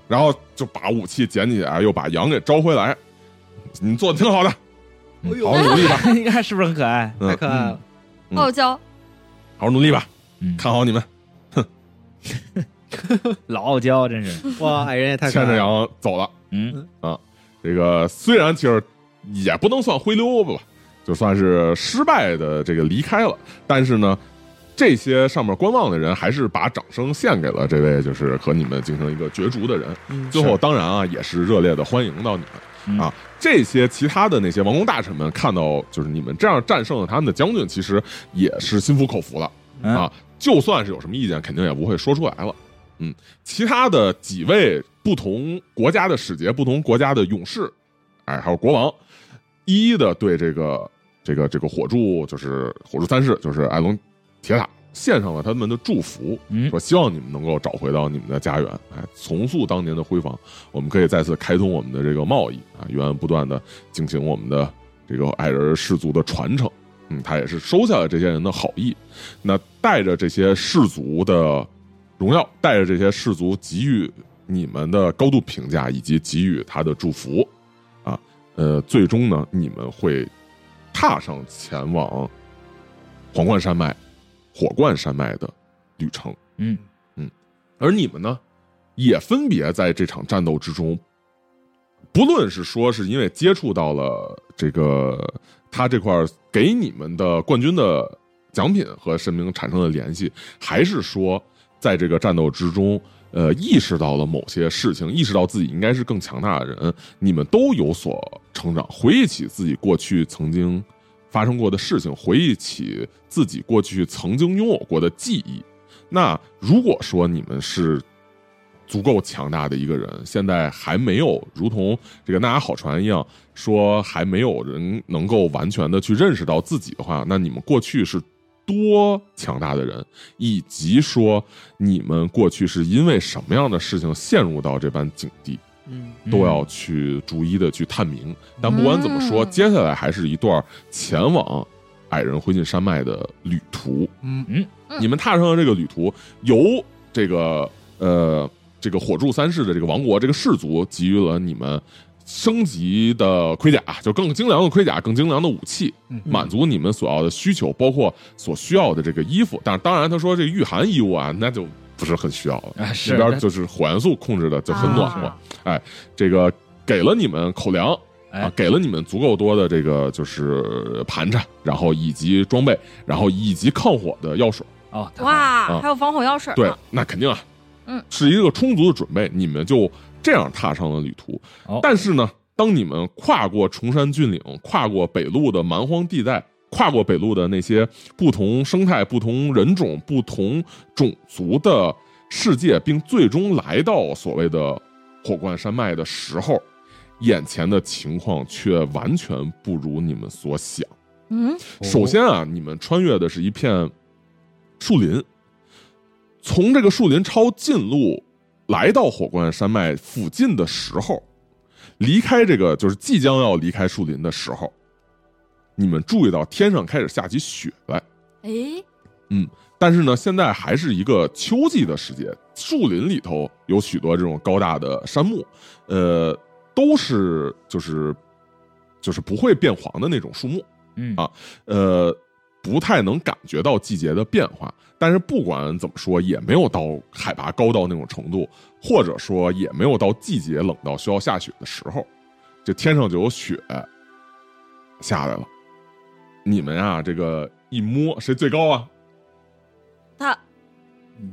然后就把武器捡起来，又把羊给招回来。你做的挺好的，哎好呦好努力吧， 你看嗯是不是很可爱？嗯太可爱了，嗯傲娇，好好努力吧，嗯，看好你们。老傲娇，真是， 哎哇，矮人也太可牵爱着了，羊走了。嗯这个虽然其实也不能算灰溜子吧，就算是失败的这个离开了，但是呢，这些上面观望的人还是把掌声献给了这位就是和你们进行一个角逐的人。嗯最后当然啊，也是热烈的欢迎到你们。嗯啊，这些其他的那些王公大臣们看到就是你们这样战胜了他们的将军，其实也是心服口服了。嗯啊，就算是有什么意见，肯定也不会说出来了。嗯，其他的几位不同国家的使节、不同国家的勇士，哎，还有国王，一一的对这个这个这个火柱，就是火柱三世，就是艾隆铁塔，献上了他们的祝福，嗯说希望你们能够找回到你们的家园，哎，重塑当年的辉煌，我们可以再次开通我们的这个贸易啊，源源不断的进行我们的这个爱人氏族的传承。嗯，他也是收下了这些人的好意，那带着这些氏族的荣耀，带着这些氏族给予你们的高度评价以及给予他的祝福，啊，呃，最终呢，你们会踏上前往皇冠山脉、火冠山脉的旅程，嗯，而你们呢，也分别在这场战斗之中，不论是说是因为接触到了这个他这块儿给你们的冠军的奖品和神明产生的联系，还是说在这个战斗之中，呃，意识到了某些事情，意识到自己应该是更强大的人，你们都有所成长，回忆起自己过去曾经发生过的事情，回忆起自己过去曾经拥有过的记忆。那如果说你们是足够强大的一个人，现在还没有如同这个纳雅好船一样，说还没有人能够完全的去认识到自己的话，那你们过去是多强大的人，以及说你们过去是因为什么样的事情陷入到这般境地，嗯都要去逐一的去探明。但不管怎么说，嗯接下来还是一段前往矮人灰烬山脉的旅途。嗯嗯你们踏上了这个旅途，由这个呃这个火柱三世的这个王国这个氏族给予了你们升级的盔甲，啊就更精良的盔甲、更精良的武器，嗯满足你们所要的需求，包括所需要的这个衣服。但是当然，他说这个御寒衣物啊，那就不是很需要了。啊那是边就是火元素控制的就很啊暖和，哎，这个给了你们口粮，啊哎，给了你们足够多的这个就是盘缠，然后以及装备，然后以及抗火的药水。哦，太好了，啊哇，还有防火药水对呢，，那肯定啊，嗯，是一个充足的准备，你们就这样踏上了旅途。哦但是呢，当你们跨过崇山峻岭，跨过北路的蛮荒地带，跨过北路的那些不同生态、不同人种、不同种族的世界，并最终来到所谓的火冠山脉的时候，眼前的情况却完全不如你们所想。嗯，哦首先啊，你们穿越的是一片树林，从这个树林抄近路来到火冠山脉附近的时候，离开这个就是即将要离开树林的时候，你们注意到天上开始下起雪来。哎，但是呢，现在还是一个秋季的时节，树林里头有许多这种高大的杉木，呃，都是就是就是不会变黄的那种树木。嗯啊呃，不太能感觉到季节的变化。但是不管怎么说，也没有到海拔高到那种程度，或者说也没有到季节冷到需要下雪的时候，这天上就有雪下来了。你们啊，这个一摸谁最高啊？他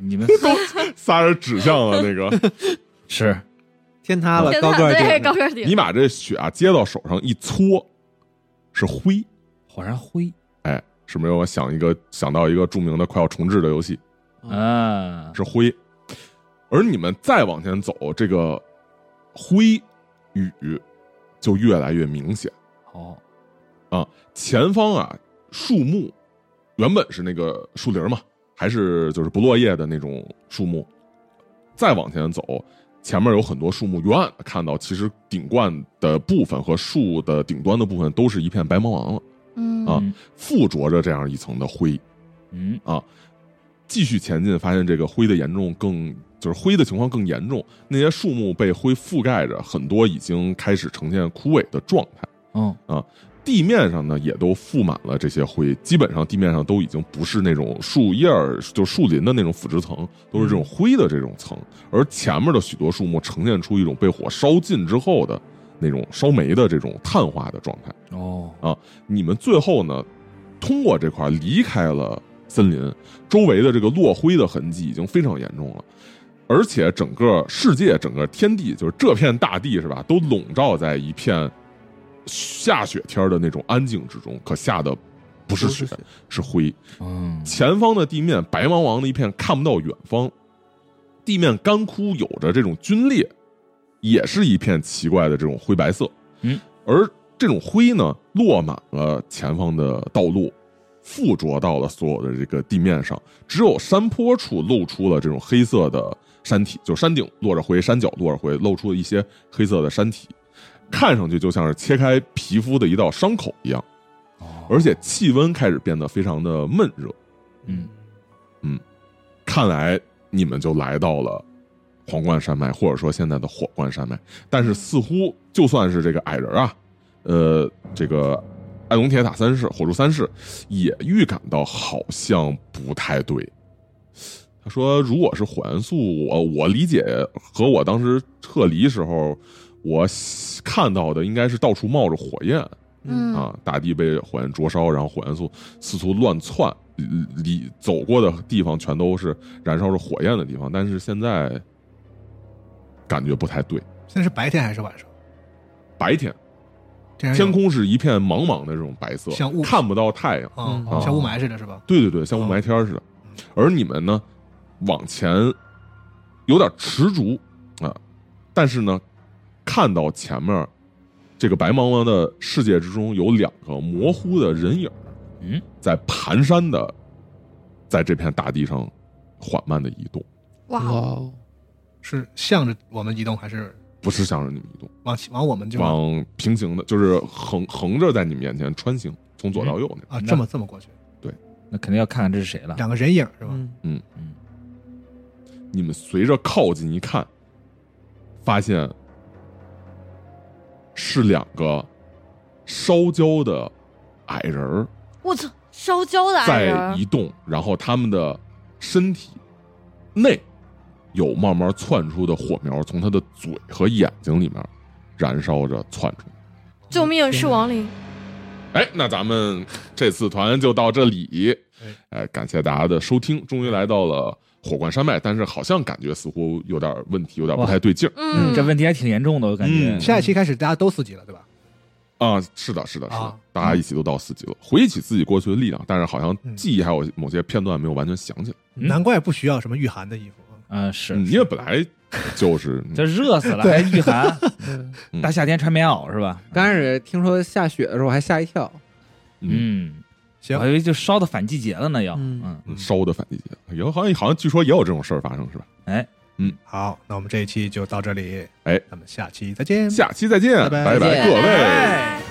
你 们仨人指向了那个， 是天塌了，天高呐个儿嗯对顶高着，个儿顶你把这雪啊接到手上一搓，是灰。火山灰哎，是不是我想一个想到一个著名的快要重置的游戏？啊，是灰，而你们再往前走，这个灰雨就越来越明显哦，啊。前方啊，树木原本是那个树林嘛，还是就是不落叶的那种树木。再往前走，前面有很多树木，远远的看到，其实顶冠的部分和树的顶端的部分都是一片白茫茫了，嗯啊嗯附着着这样一层的灰。嗯继续前进，发现这个灰的严重更，就是灰的情况更严重。那些树木被灰覆盖着，很多已经开始呈现枯萎的状态。哦地面上呢，也都覆满了这些灰，基本上地面上都已经不是那种树叶儿，就树林的那种腐殖层，都是这种灰的这种层。而前面的许多树木呈现出一种被火烧尽之后的那种烧没的这种碳化的状态。哦你们最后呢，通过这块离开了森林，周围的这个落灰的痕迹已经非常严重了，而且整个世界、整个天地，就是这片大地是吧，都笼罩在一片下雪天的那种安静之中。可下的不是雪，是灰。嗯前方的地面白茫茫的一片，看不到远方，地面干枯，有着这种皲裂，也是一片奇怪的这种灰白色。嗯，而这种灰呢，落满了前方的道路，附着到了所有的这个地面上，只有山坡处露出了这种黑色的山体，就山顶落着灰，山脚落着灰，露出了一些黑色的山体，看上去就像是切开皮肤的一道伤口一样。哦而且气温开始变得非常的闷热，嗯看来你们就来到了皇冠山脉，或者说现在的火冠山脉。但是似乎就算是这个矮人啊，呃，这个艾隆铁塔三世、火柱三世也预感到好像不太对。他说：“如果是火元素，我我理解和我当时撤离时候我看到的应该是到处冒着火焰，嗯啊，大地被火焰灼烧，然后火元素四处乱窜，里里走过的地方全都是燃烧着火焰的地方。但是现在感觉不太对，现在是白天还是晚上？白天天上天有空是一片茫茫的这种白色，哎像雾看不到太阳。嗯啊像雾霾似的，是吧？对对对，像雾霾天儿似的。而你们呢，往前有点迟逐啊，但是呢，看到前面这个白茫茫的世界之中有两个模糊的人影儿，嗯在蹒跚的在这片大地上缓慢的移动，哇哇，哦，是向着我们移动还是不是向着你们移动，往起往我们这边？往平行的，就是横横着在你面前穿行，从左到右那啊，那这么这么过去，那肯定要看看这是谁了。两个人影是吧？嗯，种。你们随着靠近一看，发现是两个烧焦的矮人儿我操，烧焦的矮人在儿移动，然后他们的身体内有慢慢窜出的火苗，从他的嘴和眼睛里面燃烧着窜出。救命，是亡灵！哎，那咱们这次团就到这里哎。哎，感谢大家的收听，终于来到了火罐山脉，但是好像感觉似乎有点问题，有点不太对劲儿嗯，嗯，这问题还挺严重的，我感觉嗯。下一期开始大家都四级了，对吧？啊！是的，是的，是的啊，大家一起都到四级了，回忆起自己过去的力量，但是好像嗯记忆还有某些片段没有完全想起来。嗯难怪不需要什么御寒的衣服啊。嗯，是嗯，因为本来 就是嗯这热死了，还御 寒，大夏天穿棉袄是吧？刚开始听说下雪的时候还吓一跳，嗯嗯，行我还以为就烧到反季节了呢，要嗯嗯，嗯烧的反季节，有好像好像据说也有这种事儿发生，是吧？哎，好，那我们这一期就到这里，哎，咱们下期再见，下期再见，嗯拜拜拜再拜见各位。哎